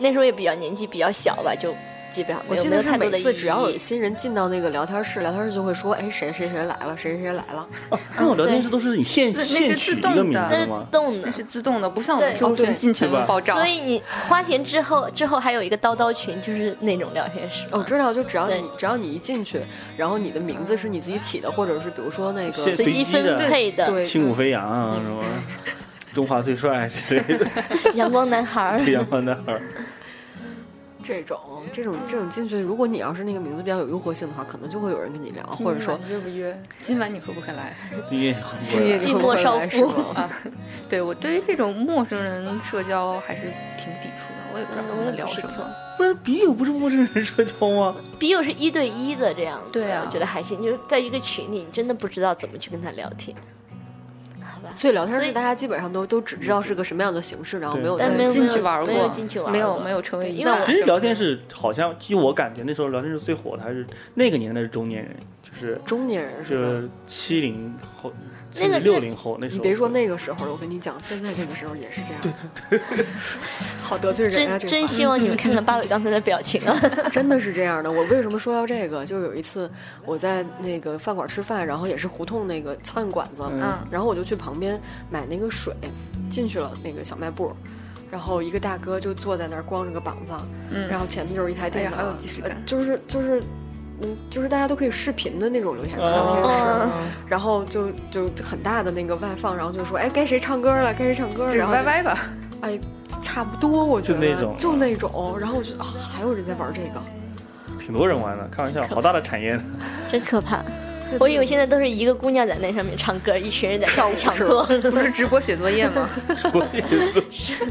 Speaker 5: 那时候也比较年纪比较小吧，就基本上
Speaker 4: 我
Speaker 5: 没有
Speaker 4: 记
Speaker 5: 没
Speaker 4: 得
Speaker 5: 有
Speaker 4: 是
Speaker 5: 太多
Speaker 4: 每
Speaker 5: 的
Speaker 4: 次
Speaker 5: 意
Speaker 4: 只要有
Speaker 5: 义。
Speaker 4: 新人进到那个聊天室，聊天室就会说，哎，谁谁谁来了，谁谁谁来了。
Speaker 2: 那哎种聊天室都是你现
Speaker 6: 自那是
Speaker 2: 现取
Speaker 6: 自
Speaker 2: 一
Speaker 6: 动
Speaker 2: 个名
Speaker 6: 的
Speaker 5: 那
Speaker 2: 字
Speaker 5: 是
Speaker 2: 吗
Speaker 5: 自？动
Speaker 6: 那
Speaker 5: 的，
Speaker 6: 是自动的，不像我们
Speaker 5: 对
Speaker 6: QQ 群
Speaker 4: 对
Speaker 6: 哦进群
Speaker 2: 对吧
Speaker 6: 爆炸
Speaker 5: 所。以你花田之后之后还有一个叨叨群，就是那种聊天室嘛。
Speaker 4: 哦
Speaker 6: 哦
Speaker 4: 我知道，就只要
Speaker 5: 对
Speaker 4: 你只要你一进去，然后你的名字是你自己起的，或者是比如说那
Speaker 2: 现
Speaker 4: 个
Speaker 5: 随
Speaker 2: 随
Speaker 5: 机
Speaker 2: 机
Speaker 5: 分
Speaker 2: 的
Speaker 5: 配的
Speaker 4: 对
Speaker 2: 轻舞飞扬啊什么，中华最帅之类的，
Speaker 5: 阳光男孩儿，
Speaker 2: 这样放在那 儿。
Speaker 4: 这种这种这种进去，如果你要是那个名字比较有诱惑性的话，可能就会有人跟你聊，或者说
Speaker 6: 约不约？今晚你会不会来？
Speaker 2: 今夜
Speaker 4: 今 夜
Speaker 5: 寂寞少妇
Speaker 4: 啊，
Speaker 6: 对我对于这种陌生人社交还是挺抵触嗯的，我也不知道跟他聊什么。
Speaker 2: 不是笔友不是陌生人社交吗？
Speaker 5: 笔友是一对一的这样子，
Speaker 6: 对啊
Speaker 5: 我觉得还行，就是在一个群里，你真的不知道怎么去跟他聊天，好吧？
Speaker 4: 所以聊天
Speaker 5: 所
Speaker 4: 室
Speaker 5: 以
Speaker 4: 大家基本上都都只知道是个什么样的形式，然后
Speaker 2: 对
Speaker 4: 没有
Speaker 5: 但
Speaker 4: 在
Speaker 5: 没有
Speaker 6: 进去玩过，
Speaker 5: 没有进去玩过
Speaker 6: 没有没有成为
Speaker 5: 对
Speaker 6: 一
Speaker 5: 因为
Speaker 6: 大
Speaker 5: 我
Speaker 2: 其实聊天室好像，据我感觉那时候聊天室最火的还是那个年代的中年人，就是
Speaker 4: 中年人是吧？
Speaker 2: 这七零后，
Speaker 5: 那个
Speaker 2: 六零后那时
Speaker 4: 你
Speaker 2: 候。
Speaker 4: 别说那个时候了，我跟你讲，现在这个时候也是这样。对对对， 好得罪人啊！这个
Speaker 5: 真真
Speaker 4: 话
Speaker 5: 希望你们看看八尾刚才的表 情啊！
Speaker 4: 真的是这样的。我为什么说到这个？就是有一次我在那个饭馆吃饭，然后也是胡同那个餐馆子，
Speaker 2: 嗯
Speaker 6: 嗯，
Speaker 4: 然后我就去旁边买那个水，进去了那个小卖部。然后一个大哥就坐在那儿光着个膀子，啊
Speaker 6: 嗯
Speaker 4: 然后前面就是一台
Speaker 6: 哎
Speaker 4: 电
Speaker 6: 呀，
Speaker 4: 脑，
Speaker 6: 好有即视
Speaker 4: 呃
Speaker 6: 感。
Speaker 4: 就是就是，嗯，就是大家都可以视频的那种聊天聊
Speaker 6: 嗯
Speaker 4: 天室，
Speaker 5: 哦
Speaker 4: 然后就就很大的那个外放，然后就说，哎，该谁唱歌了，该谁唱歌了，
Speaker 6: 就是
Speaker 4: 然后
Speaker 6: 歪
Speaker 4: 就
Speaker 6: 歪吧，
Speaker 4: 哎，差不多，我觉得
Speaker 2: 就那种
Speaker 4: 就那种，然后我就啊，还有人在玩这个，
Speaker 2: 挺多人玩的，开玩笑，好大的产业。
Speaker 5: 真可怕。我以为现在都是一个姑娘在那上面唱歌，一群人在上面抢座。
Speaker 4: 哎
Speaker 6: 不是直播写作业 吗？
Speaker 2: 我也是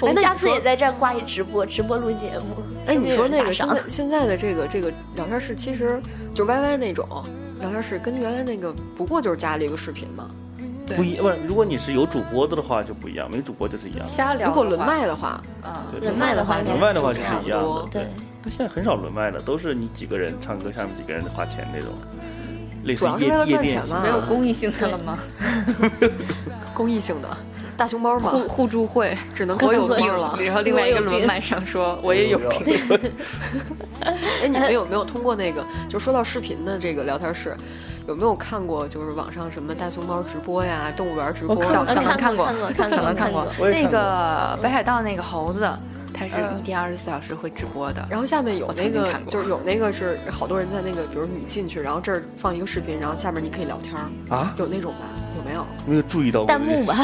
Speaker 5: 我们
Speaker 4: 那你
Speaker 5: 下次
Speaker 4: 说
Speaker 5: 也在这儿挂一直播，直播录节目。
Speaker 4: 哎，你说那
Speaker 5: 有没有
Speaker 4: 个现
Speaker 5: 人打赏
Speaker 4: 在现在的这个这个聊天室，其实就是 YY 那种聊天室，跟原来那个不过就是加了一个视频嘛。
Speaker 2: 不一，不是，如果你是有主播的的话就不一样，没主播就是一样。
Speaker 6: 瞎聊。
Speaker 4: 如果轮，麦的话，
Speaker 6: 嗯，
Speaker 2: 对
Speaker 5: 人脉的话应该
Speaker 2: 人脉的话
Speaker 4: 就
Speaker 2: 就是
Speaker 4: 差
Speaker 2: 一
Speaker 4: 不
Speaker 2: 样的
Speaker 4: 多。
Speaker 5: 对，
Speaker 2: 那现在很少轮麦了，都是你几个人唱歌，下面几个人花钱那种，类似
Speaker 4: 主要是
Speaker 2: 夜
Speaker 4: 为了
Speaker 2: 夜
Speaker 4: 赚
Speaker 2: 店
Speaker 4: 钱
Speaker 2: 型
Speaker 4: 嘛
Speaker 2: 的。
Speaker 6: 没有公益性的了吗？
Speaker 4: 公益性的大熊猫嘛，
Speaker 6: 互互助 会，
Speaker 4: 只能
Speaker 6: 我有
Speaker 4: 靠
Speaker 6: 病
Speaker 4: 熊猫了。
Speaker 6: 然后另外一个轮麦上说我也有病，
Speaker 4: 哎，你们有没有通过那个？就说到视频的这个聊天室，有没有看过就是网上什么大熊猫直播呀、动物园直播
Speaker 2: 我
Speaker 4: 啊？
Speaker 6: 小
Speaker 5: 嗯
Speaker 6: 小能看过，
Speaker 5: 看过，看过，
Speaker 6: 小能 看
Speaker 5: 看
Speaker 6: 过。嗯
Speaker 2: 我也看
Speaker 6: 那
Speaker 2: 过
Speaker 6: 个北海道那个猴子，它是一天二十四小时会直播的。
Speaker 4: 然后下面有
Speaker 6: 我
Speaker 4: 那
Speaker 6: 曾经
Speaker 4: 个
Speaker 6: 看，过
Speaker 4: 就是有那个是好多人在那个，比如你进去，然后这儿放一个视频，然后下面你可以聊天儿
Speaker 2: 啊，
Speaker 4: 有那种吧？有没有？
Speaker 2: 没有注意到过
Speaker 5: 弹
Speaker 2: 这
Speaker 5: 幕
Speaker 2: 个
Speaker 5: 吧，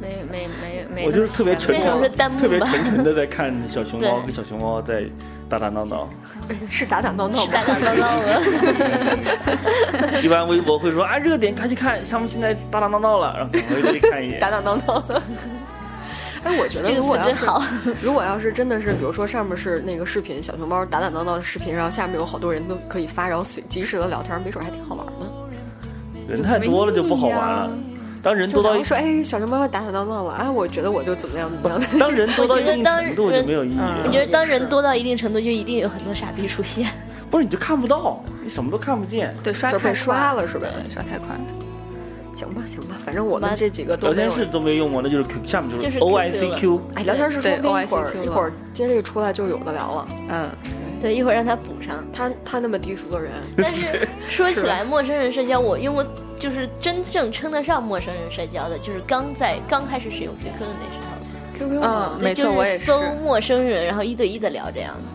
Speaker 6: 没没没没那么闲，
Speaker 2: 我就是特别纯
Speaker 5: 那种
Speaker 2: 纯
Speaker 5: 是弹幕吧
Speaker 2: 特别纯纯的在看小熊猫
Speaker 5: 对
Speaker 2: 跟小熊猫在打打闹闹。
Speaker 4: 是打打闹 闹吧
Speaker 5: 打？打闹闹了。
Speaker 2: 一般微博会说啊，热点快去看，他们现在打打闹闹了，然后赶快过去看一眼。
Speaker 4: 打打闹闹。哎，我觉得
Speaker 5: 这个
Speaker 4: 如果
Speaker 5: 词
Speaker 4: 要
Speaker 5: 真
Speaker 4: 是
Speaker 5: 好，
Speaker 4: 如果要是真的是，比如说上面是那个视频，小熊猫打打闹闹的视频，然后下面有好多人都可以发，然后随及时的聊天，没准还挺好玩的。
Speaker 2: 人太多了就不好玩了。当人多
Speaker 4: 就
Speaker 2: 到
Speaker 4: 然
Speaker 2: 一
Speaker 4: 后，说，哎，小熊猫打打闹闹了啊，我觉得我就怎么样怎么样。
Speaker 2: 当人多到一
Speaker 5: 我觉
Speaker 2: 定
Speaker 5: 得当
Speaker 2: 程度就
Speaker 5: 人
Speaker 2: 没有意义
Speaker 6: 嗯
Speaker 5: 我
Speaker 2: 了
Speaker 5: 觉。得当人多到一定程度，就一定有很多傻逼出现。
Speaker 2: 不是你就看不到，你什么都看不见。
Speaker 6: 对刷
Speaker 4: 就是
Speaker 6: 太
Speaker 4: 被
Speaker 6: 快
Speaker 4: 刷了是吧
Speaker 6: 对，刷太快。
Speaker 4: 行吧，行吧，反正我
Speaker 5: 妈
Speaker 4: 们这几个都
Speaker 2: 聊
Speaker 4: 没
Speaker 2: 天
Speaker 4: 有。
Speaker 2: 室都没用过，啊那就是 Q，下面就
Speaker 5: 就是是
Speaker 2: O I C Q。
Speaker 4: 哎，聊天室说
Speaker 6: 对
Speaker 4: 不定一会儿
Speaker 6: OICQ
Speaker 4: 一会儿接这个出来就有的聊了。
Speaker 6: 嗯，
Speaker 5: 对，一会儿让他补上。
Speaker 4: 他他那么低俗的人，
Speaker 5: 但 是说起来，陌生人社交，我用过就是真正称得上陌生人社交的，就是刚在刚开始使用 QQ 的那时候。
Speaker 6: 嗯，
Speaker 5: 对
Speaker 6: 没错，
Speaker 5: 就是
Speaker 6: 我也是
Speaker 5: 搜陌生人，然后一对一的聊这样的。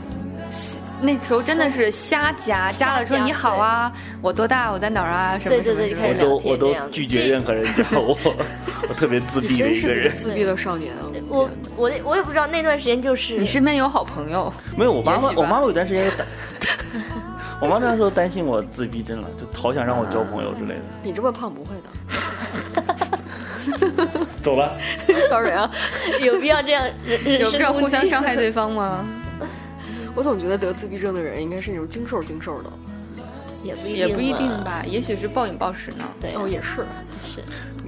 Speaker 6: 那时候真的是瞎加，加了说
Speaker 5: 瞎加
Speaker 6: 你好啊，我多大，我在哪儿啊，什么
Speaker 5: 对
Speaker 6: 什
Speaker 5: 对
Speaker 6: 么
Speaker 5: 对
Speaker 6: 什
Speaker 5: 开
Speaker 6: 么
Speaker 5: 始
Speaker 2: 我都
Speaker 6: 的。
Speaker 5: 聊天
Speaker 2: 我都
Speaker 5: 这样子
Speaker 2: 拒
Speaker 5: 这
Speaker 2: 绝任何人加我，我特别自
Speaker 4: 你
Speaker 2: 闭的
Speaker 4: 真
Speaker 2: 一个
Speaker 4: 是几个
Speaker 2: 人。
Speaker 4: 自闭的少年啊！
Speaker 5: 我我那我也不知道那段时间就是
Speaker 6: 你身边有好朋友，
Speaker 2: 没有，我妈妈
Speaker 6: 也许吧
Speaker 2: 我妈妈有段时间也担， 我妈那时候担心我自闭症了，就好想让我交朋友之类的。
Speaker 4: 你这么胖不会的
Speaker 2: 走了，
Speaker 4: ，sorry 啊！
Speaker 5: 有必要这样人人
Speaker 6: 有
Speaker 5: 身
Speaker 6: 必要
Speaker 5: 攻
Speaker 6: 互相
Speaker 5: 击
Speaker 6: 伤害对方吗？
Speaker 4: 我总觉得得自闭症的人应该是那种精瘦精瘦的。
Speaker 5: 也不一定
Speaker 6: 也不一
Speaker 5: 嘛
Speaker 6: 定吧，也许是暴饮暴食呢。
Speaker 5: 对
Speaker 4: 哦，也是，
Speaker 5: 是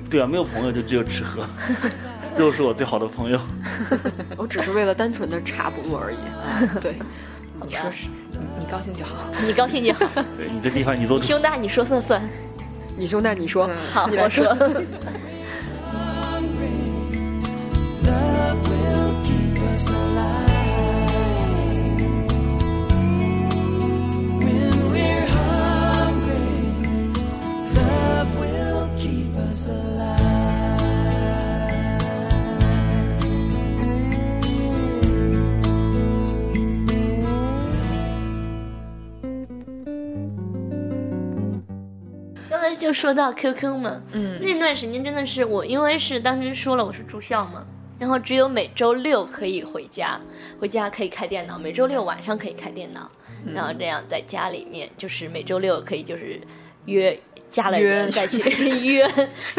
Speaker 2: 对啊，没有朋友就只有吃喝，肉是我最好的朋友。
Speaker 4: 我只是为了单纯的查不饿而
Speaker 5: 嗯
Speaker 4: 已。 对，
Speaker 5: 好
Speaker 6: 你说
Speaker 5: 吧？
Speaker 6: 是，你高兴就好。
Speaker 5: 你高兴 就好，
Speaker 2: 对你的地方你做
Speaker 5: 你
Speaker 2: 主，
Speaker 5: 胸大你说算算。
Speaker 4: 你胸大，你说，
Speaker 5: 嗯好，
Speaker 4: 你来
Speaker 5: 我
Speaker 4: 说。
Speaker 5: 说。刚才就说到 QQ 嘛，嗯，那段时间真的是我，因为是当时说了我是住校嘛，然后只有每周六可以回家，回家可以开电脑，每周六晚上可以开电脑，
Speaker 2: 嗯
Speaker 5: 然后这样在家里面就是每周六可以就是约。加了人
Speaker 4: 约
Speaker 5: 再去约，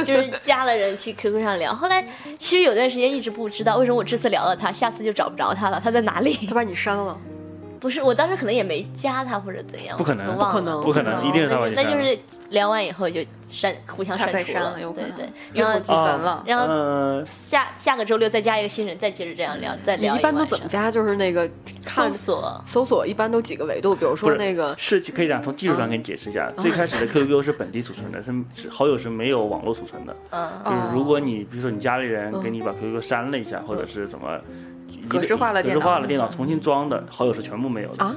Speaker 5: 就是加了人去 QQ 上聊。后来其实有段时间一直不知道为什么我这次聊了他，下次就找不着他了，他在哪里
Speaker 4: 他？把你删了，
Speaker 5: 不是，我当时可能也没加他或者怎样，
Speaker 2: 不可能
Speaker 5: 我忘了
Speaker 4: 不可能
Speaker 2: 不可能，一定是啊他把你
Speaker 5: 那
Speaker 2: 删
Speaker 5: 就
Speaker 2: 了。
Speaker 5: 那就是聊完以后就删，互相
Speaker 6: 他
Speaker 5: 删
Speaker 6: 被
Speaker 5: 除
Speaker 6: 删了有可能
Speaker 5: 对对，
Speaker 6: 用
Speaker 5: 然
Speaker 6: 户
Speaker 5: 后
Speaker 2: 啊
Speaker 6: 积分了，
Speaker 5: 然后
Speaker 2: 嗯，
Speaker 5: 下下个周六再加一个新人，再接着这样聊，再
Speaker 4: 你
Speaker 5: 聊。
Speaker 4: 一般都怎么？加？就是那个看
Speaker 5: 探索
Speaker 4: 搜索，一般都几个维度，比如
Speaker 2: 不
Speaker 4: 说
Speaker 2: 是
Speaker 4: 那个
Speaker 2: 是可以讲从技术上给你解释一
Speaker 6: 嗯
Speaker 2: 下，最开始的 QQ 是本地储存的，是是好友是没有网络储存的。
Speaker 5: 嗯，
Speaker 2: 就是如果你比如说你家里人
Speaker 4: 嗯
Speaker 2: 给你把 QQ 删了一下，或者是怎么。
Speaker 6: 格式化了
Speaker 2: 格
Speaker 6: 电
Speaker 2: 式
Speaker 6: 脑嗯
Speaker 2: 化了电脑重新装的，好友是全部没有的。
Speaker 4: 啊，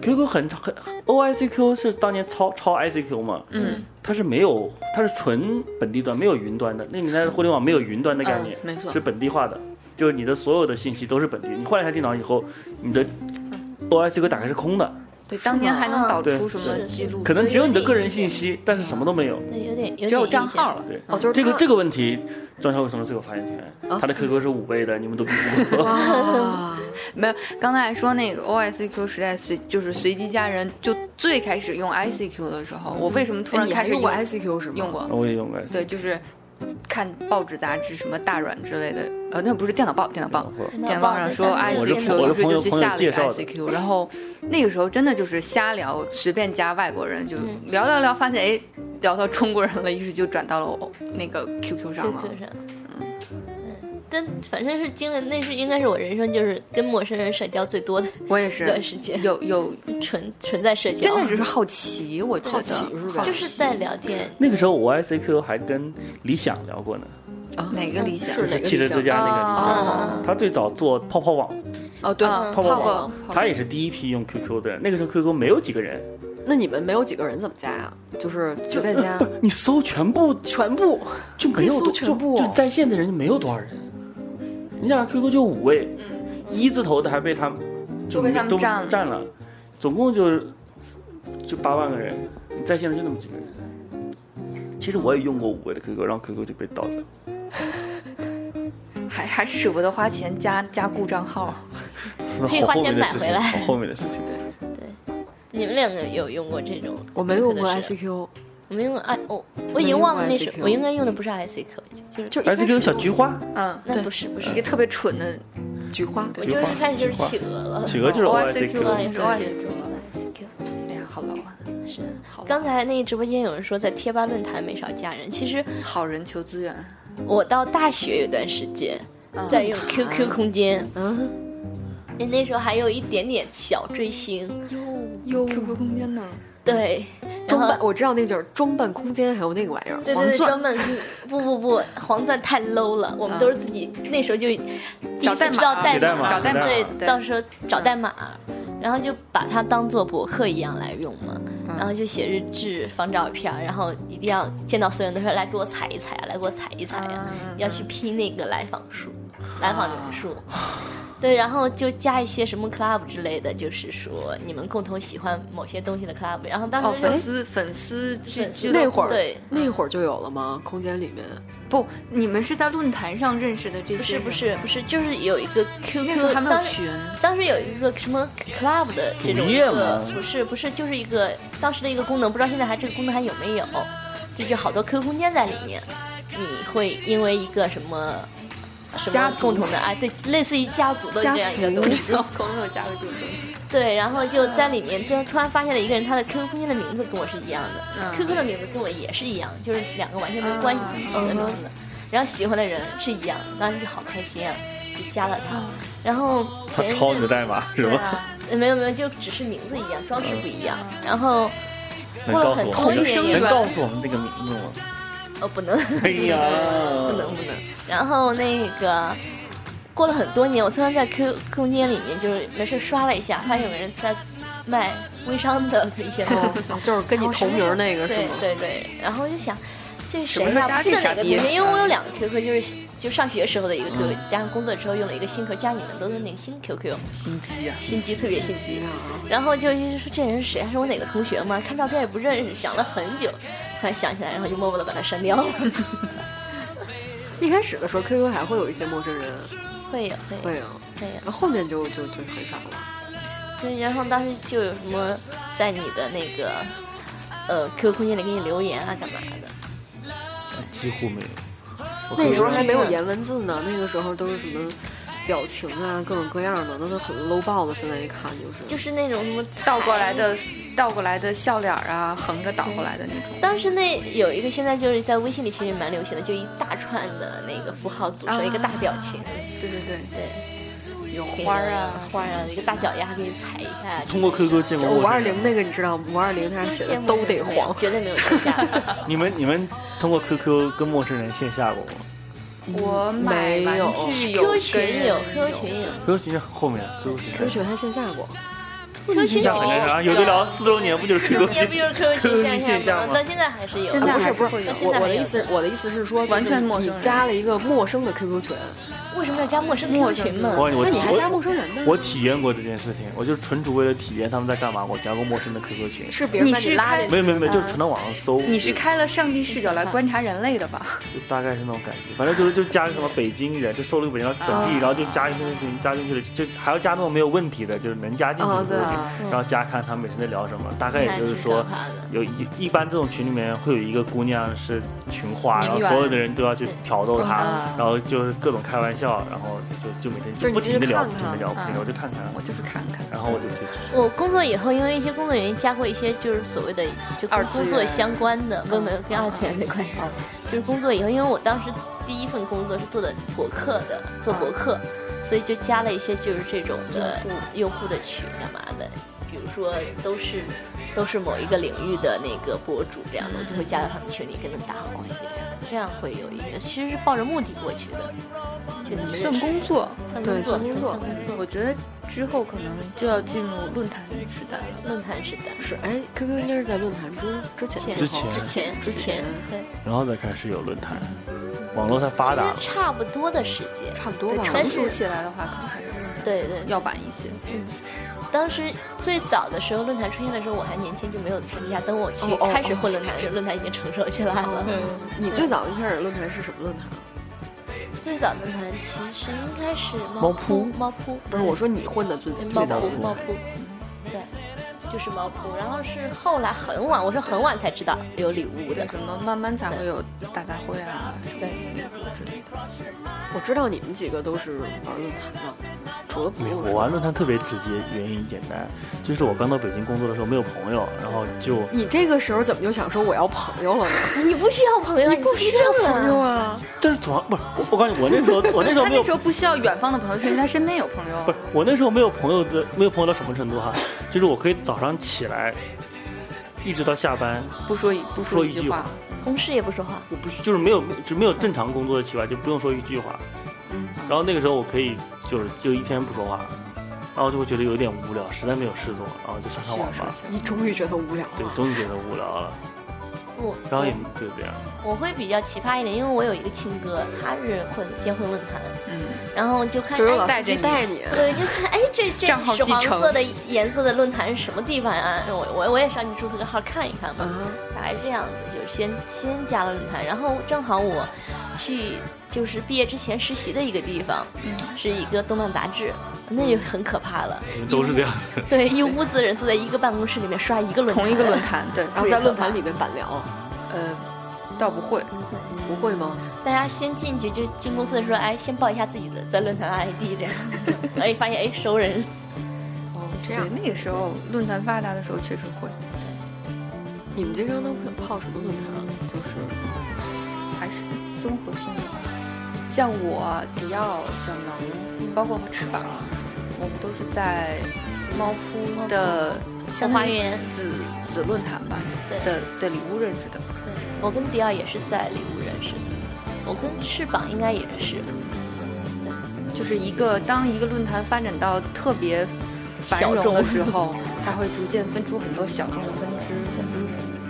Speaker 2: QQ 很很 OICQ 是当年超超 ICQ 嘛，嗯，它是没有，它是纯本地端，没有云端的。那个年代的互联网没有云端的概念，
Speaker 6: 嗯没错
Speaker 2: 是本地化的，就是你的所有的信息都是本地。你换了一台电脑以后，你的
Speaker 6: 嗯
Speaker 2: OICQ 打开是空的，
Speaker 6: 对，当年还能导出什么
Speaker 5: 对
Speaker 6: 记录？
Speaker 2: 啊可能只有你的个人信息，但是什么都没有。
Speaker 5: 那有点有点
Speaker 6: 只有账号了
Speaker 5: 意。
Speaker 2: 对，
Speaker 4: 哦，就是
Speaker 2: 这个
Speaker 4: 他
Speaker 2: 这个问题，庄超为什么最有发言权？他的 QQ 是五位的，你们都比不过。
Speaker 4: 啊，
Speaker 6: 没有，刚才还说那个 OICQ 时代随就是随机加人，就最开始用 ICQ 的时候，我为什么突
Speaker 4: 哎
Speaker 6: 然
Speaker 4: 你
Speaker 6: 开
Speaker 4: 还
Speaker 6: 始
Speaker 4: 用过 ICQ 是吗？
Speaker 6: 用过，
Speaker 2: 我也用过 ICQ，
Speaker 6: 对，就是看报纸、杂志、什么大阮之类的，呃，那不是电脑报，电脑报，
Speaker 2: 电
Speaker 5: 脑报
Speaker 6: 电脑报上说
Speaker 5: 对我是
Speaker 6: ICQ，
Speaker 2: 我是
Speaker 6: 于是
Speaker 2: 朋友
Speaker 6: 就去
Speaker 2: 朋友
Speaker 6: 下了一
Speaker 2: 介
Speaker 6: 个
Speaker 2: 绍的
Speaker 6: ICQ，然后那个时候真的就是瞎聊，随便加外国人，就聊聊聊，发现哎，聊到中国人了，于是就转到了我那个 QQ 上了
Speaker 5: QQ。上，嗯，但反正是经历，那是应该是我人生就是跟陌生人社交最多的
Speaker 6: 我也
Speaker 5: 一
Speaker 6: 是
Speaker 5: 段时间，
Speaker 6: 有有，
Speaker 5: 纯纯在社交，
Speaker 6: 真的只是好奇，我觉得
Speaker 4: 好奇是吧
Speaker 5: 就是在聊天。
Speaker 2: 那个时候我 ICQ 还跟李想聊过呢，
Speaker 6: 啊哪个理想
Speaker 4: 是哪个
Speaker 2: 汽车之
Speaker 4: 理想
Speaker 2: 家那个李想。
Speaker 5: 嗯，
Speaker 2: 他最早做泡泡网，
Speaker 4: 哦，对，
Speaker 6: 嗯
Speaker 2: 泡
Speaker 6: 泡
Speaker 2: 网，
Speaker 6: 泡
Speaker 2: 他也是第一批用 QQ 的人。那个时候 QQ 没有几个人，
Speaker 4: 那你们没有几个人怎么加呀？就是随便加
Speaker 2: 不，是啊你搜全部
Speaker 4: 全部
Speaker 2: 就没有
Speaker 4: 可以搜
Speaker 2: 多，
Speaker 4: 全部
Speaker 2: 就就在线的人就没有多少人。你想想 QQ 就五位，一字头的还被他们就
Speaker 6: 都被他们
Speaker 2: 都
Speaker 6: 占了
Speaker 2: 占了，总共就是就八万个人，你在线的就那么几个人。其实我也用过五位的 QQ，然后 QQ 就被盗了。
Speaker 6: 还还是舍不得花钱加加固账号。
Speaker 5: 可以花钱买回来
Speaker 2: 好后面的事情，好后面的事情。
Speaker 5: 你们两个有用过这种？
Speaker 4: 我没用过
Speaker 5: 的是
Speaker 4: ICQ，
Speaker 5: 我没用过 I，我我已经忘了那是
Speaker 4: ICQ
Speaker 5: 我应该用的不是 ICQ，就是
Speaker 4: 就一开
Speaker 2: S
Speaker 4: 始
Speaker 2: 哎 Q 小菊花，
Speaker 6: 嗯，
Speaker 5: 那
Speaker 6: 对
Speaker 5: 不，是不是
Speaker 6: 一个特别蠢的
Speaker 4: 菊花，
Speaker 5: 我就
Speaker 2: 菊花
Speaker 5: 一开始就是
Speaker 2: 菊花
Speaker 5: 企鹅了。
Speaker 2: 企鹅就是 O I C Q，
Speaker 6: 了，那是 OICQ 了。
Speaker 5: ICQ
Speaker 6: 哎呀，好老啊！
Speaker 5: 是
Speaker 6: 好老
Speaker 5: 刚才那直播间有人说在贴吧论坛没少加人，其实
Speaker 6: 好人求资源，
Speaker 5: 我到大学有段时间在用 QQ 空间，
Speaker 4: 嗯，
Speaker 5: 那那时候还有一点点小追星，
Speaker 6: 哟，QQ 空间呢？
Speaker 5: 对，然
Speaker 4: 装
Speaker 5: 后
Speaker 4: 扮，我知道那就是装扮空间，还有那个玩意儿，
Speaker 5: 嗯对
Speaker 4: 黄
Speaker 5: 对对，
Speaker 4: 钻
Speaker 5: 专门嗯不不不，黄钻太 low 了，我们都是自己那时候就第一
Speaker 6: 嗯找
Speaker 5: 次
Speaker 6: 代
Speaker 5: 知
Speaker 6: 码
Speaker 5: 道代
Speaker 2: 写代码
Speaker 5: 码，
Speaker 2: 找代码
Speaker 5: 对，
Speaker 6: 对
Speaker 5: 到时候找代码，然后就把它当做博客一样来用嘛，
Speaker 6: 嗯
Speaker 5: 然后就写日志、放照片儿，然后一定要见到所有人都说来给我采一采啊，来给我采一采
Speaker 6: 嗯
Speaker 5: 啊，要去批那个来访数、来访
Speaker 6: 啊
Speaker 5: 人数。对，然后就加一些什么 club 之类的，就是说你们共同喜欢某些东西的 club。然后当时
Speaker 6: 哦，
Speaker 5: 就
Speaker 6: 粉丝粉丝俱
Speaker 5: 嗯粉丝
Speaker 6: 俱乐
Speaker 4: 那
Speaker 6: 部
Speaker 4: 会儿
Speaker 5: 对
Speaker 4: 那会儿就有了吗？空间里面
Speaker 6: 不，你们是在论坛上认识的这
Speaker 5: 不
Speaker 6: 些
Speaker 5: 是
Speaker 6: 人吗？
Speaker 5: 不是不是，就是有一个
Speaker 6: 那时候
Speaker 5: QQ，
Speaker 6: 还没有
Speaker 5: 当时
Speaker 6: 群，
Speaker 5: 当时有一个什么 club 的这
Speaker 2: 主
Speaker 5: 种一
Speaker 2: 页
Speaker 5: 个
Speaker 2: 吗，
Speaker 5: 不是不是，就是一个当时的一个功能，不知道现在还这个功能还有没有，就是好多 QQ 空间在里面，你会因为一个什么。什
Speaker 6: 家
Speaker 5: 么
Speaker 6: 族
Speaker 5: 共同的爱，对，类似于家族的这样一个东西，
Speaker 6: 从来没有加过这种东西。
Speaker 5: 对，然后就在里面，就突然发现了一个人，他的 QQ 空间的名字跟我是一样的、
Speaker 6: 嗯
Speaker 5: q q 的名字跟我也是一样，就是两个完全没有关系自己起的名字，然后喜欢的人是一样，当时就好开心啊，就加了
Speaker 6: 哦
Speaker 5: 他，然后
Speaker 2: 他
Speaker 5: 前一
Speaker 2: 抄你的
Speaker 5: 阵
Speaker 2: 代码是
Speaker 6: 对
Speaker 2: 吗？
Speaker 6: 啊，
Speaker 5: 呃没有没有，就只是名字一样，装饰不一样，然后
Speaker 2: 能告诉我
Speaker 5: 过了很
Speaker 2: 们
Speaker 5: 多
Speaker 2: 这个
Speaker 5: 年以
Speaker 2: 能
Speaker 5: 后
Speaker 2: 告诉我们这个名字吗？
Speaker 5: 呃不能。
Speaker 2: 哎呀，
Speaker 5: 不能不能。然后那个 过了很多年，我突然在 Q 空间里面就是没事刷了一下，发现有个人在卖微商的一些东西，
Speaker 4: 哦就是跟你同名儿那个是
Speaker 5: 对
Speaker 4: 吗？
Speaker 5: 对对。然然后我就想这是
Speaker 6: 什么
Speaker 5: 谁
Speaker 6: 时候
Speaker 5: 呀、
Speaker 6: 加
Speaker 5: 不知道
Speaker 6: 这傻
Speaker 5: 哪个
Speaker 6: 逼
Speaker 5: 同学，因为我
Speaker 4: 嗯
Speaker 5: 有两个 QQ，就是就上学时候的一个 QQ，、加上工作之后用了一个新 QQ，加你们都是那个新 QQ，
Speaker 6: 心机啊！
Speaker 5: 心机特别心机。
Speaker 4: 啊
Speaker 5: 然后就就说这人是谁？他是我哪个同学吗？看照片也不认识，想了很久，突然想起来，然后就默默的把他删掉了。
Speaker 4: 一开始的时候 QQ 还会有一些陌生人，
Speaker 5: 会有会
Speaker 4: 会有，
Speaker 5: 有会有
Speaker 4: 然。后后面就就就很少了。
Speaker 5: 对，然后当时就有什么在你的那个呃 QQ 空间里给你留言啊，干嘛的？
Speaker 2: 几乎没有。我可以
Speaker 4: 那时候还没有颜文字呢，那个时候都是什么表情啊，各种各样的，那都很 low 爆的。现在一看就是，
Speaker 5: 就是那种什么彩
Speaker 6: 倒过来。的，倒过来的笑脸儿啊，横着倒过来的那种。
Speaker 5: 当时那有一个，现在就是在微信里其实蛮流行的，就一大串的那个符号组成一个大表情，
Speaker 6: 对对对，
Speaker 5: 对，
Speaker 6: 有
Speaker 5: 给你
Speaker 6: 花儿啊，
Speaker 5: 啊花儿啊，一个大脚丫给你踩一下。
Speaker 2: 通过 QQ 见过
Speaker 4: 五
Speaker 2: 陌
Speaker 4: 二
Speaker 2: 生人
Speaker 4: 零。那个你知道吗？五二零上写的都得
Speaker 5: 没有
Speaker 4: 黄，
Speaker 5: 绝对没有这下的。
Speaker 2: 你们你们通过 QQ 跟陌生人线下过吗
Speaker 6: 我买
Speaker 4: 没
Speaker 6: 玩
Speaker 4: 有
Speaker 6: 具
Speaker 5: Q
Speaker 6: 跟
Speaker 5: 群
Speaker 6: 人
Speaker 5: 有，Q 群有
Speaker 2: ？QQ 群是后面，QQ 群。
Speaker 4: 科学还线下过，
Speaker 5: ，Q
Speaker 2: 很
Speaker 5: 群
Speaker 2: 正常啊，有的聊四周年不就是 QQ
Speaker 5: 哦 这不
Speaker 2: 群
Speaker 5: 就是 QQ 群
Speaker 2: 线
Speaker 5: 线
Speaker 2: 下
Speaker 5: 下
Speaker 2: 吗
Speaker 5: 到？现在还是有。
Speaker 6: 现在
Speaker 4: 啊不
Speaker 6: 还
Speaker 4: 是
Speaker 6: 是
Speaker 4: 不
Speaker 6: 会
Speaker 4: 是
Speaker 6: 有，
Speaker 4: 我我
Speaker 5: 现在还
Speaker 4: 的
Speaker 5: 有
Speaker 4: 意思我的意思是说，
Speaker 6: 完全陌生人
Speaker 4: 你加了一个陌生的 QQ 群，
Speaker 5: 为什么要加陌生
Speaker 6: 陌
Speaker 5: Q
Speaker 6: 生
Speaker 5: 群嘛？
Speaker 2: 我我
Speaker 4: 那你还加
Speaker 2: 我
Speaker 4: 陌生人呢？
Speaker 2: 我体验过这件事情，我就纯属为了体验他们在干嘛，我加过陌生的 QQ 群。
Speaker 4: 是别人把
Speaker 6: 你是
Speaker 4: 拉
Speaker 6: 开
Speaker 4: 进去
Speaker 2: 没有没有没有，就是纯到网上搜。
Speaker 6: 你是开了上帝视角来观察人类的吧？
Speaker 2: 就大概是那种感觉，反正就是就加什么北京人，就搜了个北京本地，
Speaker 6: 啊
Speaker 2: 然后就加一些群，加进去了，就还要加那种没有问题的，就是能加进去的
Speaker 4: 啊对
Speaker 2: 东西
Speaker 4: 啊，
Speaker 2: 然后加看他们每天在聊什么，大概也就是
Speaker 5: 那
Speaker 2: 说
Speaker 5: 挺可怕的。
Speaker 2: 有一一般这种群里面会有一个姑娘是群花，然
Speaker 6: 名
Speaker 2: 后
Speaker 6: 媛
Speaker 2: 所有的人都要去挑
Speaker 4: 嗯
Speaker 2: 逗她
Speaker 6: 啊，
Speaker 2: 然后就是各种开玩笑，然后就就每天
Speaker 4: 就是你
Speaker 2: 不停的聊，不停
Speaker 4: 进去
Speaker 2: 的
Speaker 4: 看看嗯
Speaker 2: 聊，不停的
Speaker 6: 啊
Speaker 2: 我就看看，
Speaker 5: 嗯
Speaker 6: 我就是看看。
Speaker 2: 然后我就就
Speaker 5: 我工作以后，因为一些工作原因，加过一些就是所谓的就跟
Speaker 6: 二次元
Speaker 5: 工作相关的，不没有跟二次元没关系，就是工作以后，因为我当时第一份工作是做的博客的，做博客，所以就加了一些就是这种的用户的群干嘛的，比如说都是都是某一个领域的那个博主这样的，我就会加到他们群里跟他们打好关系，这样会有一个其实是抱着目的过去的，觉得没
Speaker 6: 算
Speaker 5: 认识
Speaker 6: 工作，
Speaker 5: 算
Speaker 4: 对
Speaker 5: 工作
Speaker 4: 算工作
Speaker 5: 对算工
Speaker 6: 我
Speaker 5: 作
Speaker 6: 觉得之后可能就要进入论坛时代了。
Speaker 5: 论坛时代。
Speaker 4: 是哎，QQ 应该是在论坛之之前
Speaker 2: 之前
Speaker 5: 之前之前，对，
Speaker 2: 然后再开始有论坛，网络太发达了
Speaker 5: 其实。差不多的时间。
Speaker 4: 差不多
Speaker 6: 对，
Speaker 4: 吧。
Speaker 6: 成熟起来的话，可能还是论坛
Speaker 5: 对对
Speaker 6: 要晚一些。
Speaker 5: 当时最早的时候，论坛出现的时候，我还年轻，就没有参加。等我去
Speaker 4: 哦哦
Speaker 5: 开始混论坛的时候，论坛已经成熟起来了。
Speaker 4: 你最早一开始论坛是什么论坛？啊
Speaker 5: 最早论坛其实应该是
Speaker 2: 猫
Speaker 5: 猫
Speaker 2: 扑
Speaker 5: 扑，猫扑
Speaker 4: 不是我说你混的最最
Speaker 5: 嗯猫
Speaker 4: 早
Speaker 5: 扑
Speaker 4: 的，
Speaker 5: 猫扑，嗯对，就是猫扑。然后是后来很晚，我是很晚才知道有礼物的
Speaker 6: 对，。什么慢慢才会有大杂烩啊什么
Speaker 5: 对
Speaker 6: 之类的。
Speaker 4: 我知道你们几个都是玩论坛的，除了朋
Speaker 2: 没有，
Speaker 4: 友
Speaker 2: 我
Speaker 4: 之
Speaker 2: 玩
Speaker 4: 外。
Speaker 2: 论坛特别直接，原因简单，就是我刚到北京工作的时候没有朋友，然后就
Speaker 4: 你这个时候怎么就想说我要朋友了呢？
Speaker 5: 你不需要朋友，你不需要朋友啊！
Speaker 2: 但是总不是我，我告诉你，我那时候我那时候没
Speaker 6: 他那
Speaker 2: 有
Speaker 6: 时，候不需要远方的朋友圈，他身边有朋友
Speaker 2: 不是。
Speaker 6: 啊
Speaker 2: 我那时候没有朋友的，没有朋友到什么程度哈，就是我可以早上起来，一直到下班，
Speaker 6: 不说一不
Speaker 2: 说
Speaker 6: 说
Speaker 2: 一
Speaker 6: 一句
Speaker 2: 句
Speaker 6: 话
Speaker 2: 话，
Speaker 5: 同事也不说话，
Speaker 2: 我不是就是没有就没有正常工作的习惯，就不用说一句话。然后那个时候我可以就是就一天不说话，然后就会觉得有点无聊，实在没有事做，然后就上上网
Speaker 6: 啊
Speaker 2: 吧。
Speaker 4: 你终于觉得无聊
Speaker 2: 对，
Speaker 4: 了。
Speaker 2: 终于觉得无聊了，
Speaker 5: 我
Speaker 2: 然后也就这样。
Speaker 5: 我会比较奇葩一点，因为我有一个亲哥，他是混结婚论坛，
Speaker 6: 嗯，
Speaker 5: 然后就看
Speaker 4: 就有
Speaker 5: 哎
Speaker 4: 老司
Speaker 5: 带
Speaker 4: 机带你，
Speaker 5: 对，就看哎，这这
Speaker 6: 账号
Speaker 5: 屎黄
Speaker 6: 继承
Speaker 5: 色的颜色的论坛是什么地方啊？我我我也上去注册个号看一看吧，
Speaker 6: 啊
Speaker 5: 大概这样子，就是先先加了论坛，然后正好我去就是毕业之前实习的一个地方，
Speaker 6: 嗯
Speaker 5: 是一个动漫杂志，那就很可怕 了，
Speaker 4: 哎
Speaker 2: 你们都是这样的，
Speaker 5: 对，一屋子人坐在一个办公室里面刷一个论坛，
Speaker 6: 同一个论坛，对，
Speaker 4: 然后在论坛里面板聊，呃，
Speaker 6: 倒不会，
Speaker 4: 不会吗？
Speaker 5: 大家先进去就进公司的时候，哎，先报一下自己的在论坛 ID 这样，哎，发现哎熟人，
Speaker 6: 这样。那个时候论坛发达的时候确实会，
Speaker 4: 你们经常都泡什么论坛啊？就是
Speaker 6: 还是综合性的吧。像我、迪奥、小能，包括翅膀，我们都是在猫扑的
Speaker 5: 小花园
Speaker 6: 子子论坛吧
Speaker 5: 对
Speaker 6: 的的礼物认识的。
Speaker 5: 对我跟迪奥也是在礼物认识的，我跟翅膀应该也是，
Speaker 6: 就是一个当一个论坛发展到特别繁荣的时候， 它会逐渐分出很多小众的分支。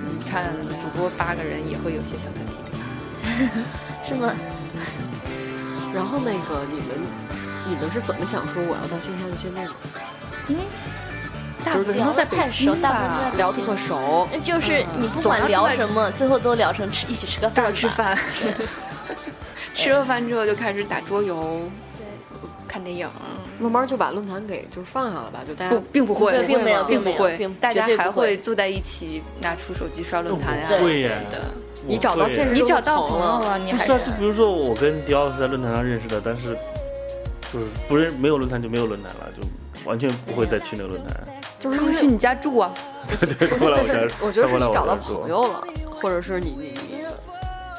Speaker 6: 你看主播八个人也会有些小团体。
Speaker 5: 是吗？
Speaker 4: 然后那个你们，你们是怎么想说我要到线下去见面的？
Speaker 6: 因为大部
Speaker 5: 聊
Speaker 6: 分都在
Speaker 5: 得
Speaker 6: 北
Speaker 5: 太熟
Speaker 6: 京
Speaker 5: 大部分都
Speaker 6: 吧
Speaker 5: 在，
Speaker 4: 聊得特熟，
Speaker 5: 哎
Speaker 6: 嗯
Speaker 5: 就是你不管聊什么，最后都聊成吃一起吃个
Speaker 6: 都
Speaker 5: 饭
Speaker 6: 要
Speaker 5: 吧，
Speaker 6: 吃饭，吃了饭之后就开始打桌游、看电影，
Speaker 4: 慢慢就把论坛给就是放下了吧，就大
Speaker 6: 不
Speaker 4: 家
Speaker 6: 并不会
Speaker 5: 对，并没有
Speaker 6: 并不
Speaker 5: 并没有
Speaker 6: 会
Speaker 5: 并，
Speaker 6: 大家
Speaker 5: 绝对不
Speaker 6: 还
Speaker 5: 会
Speaker 6: 会坐在一起拿出手机刷论坛呀
Speaker 2: 我不会
Speaker 6: 之类
Speaker 2: 耶
Speaker 6: 的。
Speaker 4: 你找到现
Speaker 2: 实。
Speaker 4: 实
Speaker 6: 你
Speaker 4: 中的
Speaker 6: 找到
Speaker 4: 朋
Speaker 6: 朋友了，你
Speaker 2: 不
Speaker 6: 还
Speaker 2: 是啊，就比如说我跟迪奥是在论坛上认识的，但是就是不认没有论坛就没有论坛了，就完全不会再去那个论坛。
Speaker 4: 就是因
Speaker 6: 他会 去
Speaker 4: 为
Speaker 6: 你家住啊？
Speaker 2: 对对，过来 我家，
Speaker 4: 我觉得
Speaker 2: 过来
Speaker 4: 是你
Speaker 2: 我
Speaker 4: 找
Speaker 2: 家
Speaker 4: 到
Speaker 2: 住
Speaker 4: 朋。友了，或者是你你你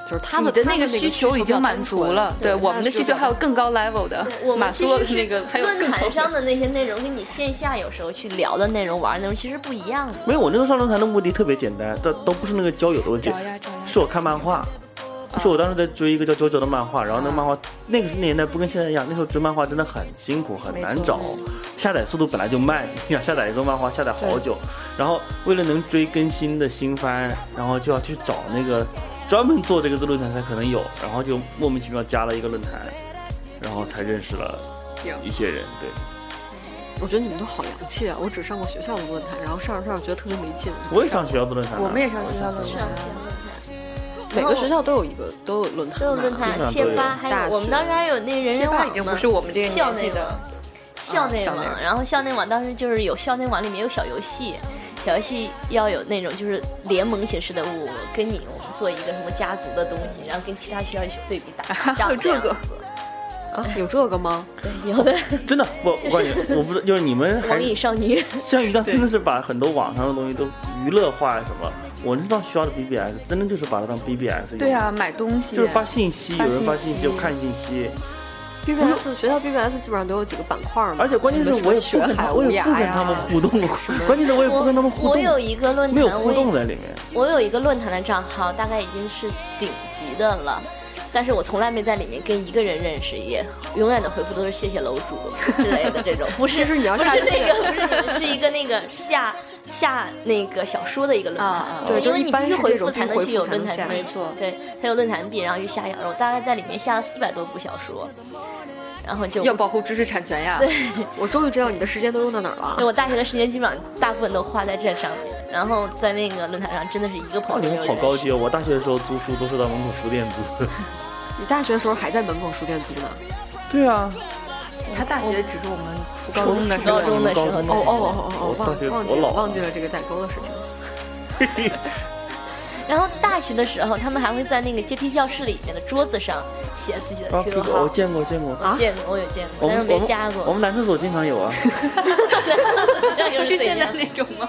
Speaker 4: 就是他
Speaker 6: 你
Speaker 4: 们
Speaker 6: 的
Speaker 4: 他
Speaker 6: 那
Speaker 4: 们
Speaker 6: 个
Speaker 4: 那
Speaker 6: 需求已经满足了，对
Speaker 4: 对
Speaker 6: 我们的需求还有更高 level 的
Speaker 5: 对我，们
Speaker 6: 满
Speaker 5: 其
Speaker 6: 足了
Speaker 5: 实是
Speaker 6: 那个还有
Speaker 5: 论
Speaker 6: 更高
Speaker 5: 坛上的那些内容，跟你线下有时候去聊的内容、玩的内容其实不一样的。
Speaker 2: 没有，我那个上论坛的目的特别简单，但都不是那个交友的问题
Speaker 6: 找，呀找呀，
Speaker 2: 是我看漫画。是我当时在追一个叫《九九》的漫画，然后那个漫画那个年代不跟现在一样，那时候追漫画真的很辛苦，很难找，下载速度本来就慢，你想下载一个漫画下载好久，然后为了能追更新的新番，然后就要去找那个专门做这个的论坛才可能有，然后就莫名其妙加了一个论坛，然后才认识了一些人，对。
Speaker 4: 我觉得你们都好洋气啊！我只上过学校的论坛，然后上着上着觉得特别没劲。
Speaker 2: 我也上学校做论坛啊，
Speaker 6: 我们也上学校论
Speaker 5: 是
Speaker 6: 坛
Speaker 5: 啊，是啊论坛。
Speaker 4: 每个学校都有一个都有论坛吧，
Speaker 5: 都有论
Speaker 2: 基本
Speaker 5: 坛、
Speaker 2: 上
Speaker 5: 贴
Speaker 2: 都
Speaker 5: 吧，
Speaker 2: 有
Speaker 5: 还
Speaker 4: 大
Speaker 5: 有我们
Speaker 4: 学
Speaker 5: 当时还有那人人网
Speaker 6: 吧
Speaker 5: 嘛，
Speaker 6: 已经不是我们这个
Speaker 5: 校
Speaker 6: 年纪
Speaker 5: 内
Speaker 6: 的
Speaker 5: 网，校内
Speaker 6: 校
Speaker 5: 网
Speaker 6: 内网，
Speaker 5: 然后校内网当时就是有校内网里面有小游戏，小游戏要有那种就是联盟形式的，我跟你我们做一个什么家族的东西，然后跟其他学校去对比 打仗，
Speaker 6: 有这个
Speaker 5: 样子
Speaker 4: 啊，有这个吗？
Speaker 5: 对有的
Speaker 2: 真的，我我感觉 我不知道，就是你们还
Speaker 5: 网瘾少女，
Speaker 2: 像鱼酱真的是把很多网上的东西都娱乐化什么。我那上学校的 BBS 真的就是把它当 BBS 用，
Speaker 6: 对啊，，买东西
Speaker 2: 就是发信息，
Speaker 6: 发
Speaker 2: 有人发
Speaker 6: 信
Speaker 2: 信
Speaker 6: 息
Speaker 2: 息，我看信息，
Speaker 4: BBS 学校 BBS 基本上都有几个板块嘛，
Speaker 2: 而且关键是
Speaker 4: 什么
Speaker 2: 我也
Speaker 4: 学
Speaker 2: 不跟
Speaker 4: 海
Speaker 2: 他，我
Speaker 4: 无
Speaker 2: 也不
Speaker 4: 涯
Speaker 2: 跟他们
Speaker 4: 呀，
Speaker 2: 互动，关键是我也不跟他们互
Speaker 5: 我有
Speaker 2: 动，
Speaker 5: 一个论坛，
Speaker 2: 没有
Speaker 5: 我
Speaker 2: 互
Speaker 5: 也
Speaker 2: 动在里面。
Speaker 5: 我有一个论坛的账号，大概已经是顶级的了，但是我从来没在里面跟一个人认识，也永远的回复都是谢谢楼主 之类的这种，不是。
Speaker 4: 其实你要下
Speaker 5: 不是
Speaker 4: 去
Speaker 5: 那个，不是你们是一个那个下下那个小说的一个论
Speaker 6: 啊
Speaker 5: 坛
Speaker 6: 啊，
Speaker 4: 对
Speaker 5: 因
Speaker 4: 就是
Speaker 5: 为
Speaker 4: 一
Speaker 5: 你必
Speaker 4: 般
Speaker 5: 须
Speaker 4: 是
Speaker 5: 回
Speaker 4: 这种
Speaker 5: 复才
Speaker 4: 必须
Speaker 5: 能
Speaker 4: 回
Speaker 5: 去
Speaker 4: 复
Speaker 5: 有
Speaker 4: 才能
Speaker 5: 论坛
Speaker 4: 下
Speaker 5: 币，
Speaker 4: 没
Speaker 6: 错
Speaker 5: 对，它有论坛币，然后去下小说，我大概在里面下了四百多部小说，然后就
Speaker 6: 要保护知识产权呀。
Speaker 4: 我终于知道你的时间都用到哪儿
Speaker 5: 对
Speaker 4: 了。啊
Speaker 5: 我大学的时间基本上大部分都花在这上面，然后在那个论坛上真的是一个
Speaker 2: 哇，
Speaker 5: 朋
Speaker 2: 你
Speaker 5: 友都
Speaker 2: 们好
Speaker 5: 没有认识
Speaker 2: 高级哦！我大学的时候租书都是到门口书店租的。
Speaker 4: 你大学的时候还在门口书店租呢？
Speaker 2: 对啊，
Speaker 6: 他大学只是我们初高中的时
Speaker 5: 高
Speaker 6: 候，
Speaker 5: 中的时候
Speaker 2: 高中
Speaker 4: 哦哦哦哦哦，
Speaker 2: 我大学
Speaker 4: 忘忘记
Speaker 2: 我
Speaker 4: 了
Speaker 2: 老
Speaker 4: 忘记了这个代沟的事情。
Speaker 5: 然后大学的时候，他们还会在那个阶梯教室里面的桌子上写自己的
Speaker 2: 啊
Speaker 5: QQ
Speaker 2: ，QQ 我
Speaker 5: 号。
Speaker 2: 见过见过，
Speaker 5: 我见过，我有见
Speaker 2: 我
Speaker 5: 过，但
Speaker 2: 们
Speaker 5: 是
Speaker 2: 我
Speaker 5: 没
Speaker 2: 们
Speaker 5: 加
Speaker 2: 我
Speaker 5: 过。
Speaker 2: 们男厕所经常有啊。
Speaker 5: 那又
Speaker 6: 是
Speaker 5: 怎
Speaker 6: 现在
Speaker 5: 样
Speaker 6: 那种吗？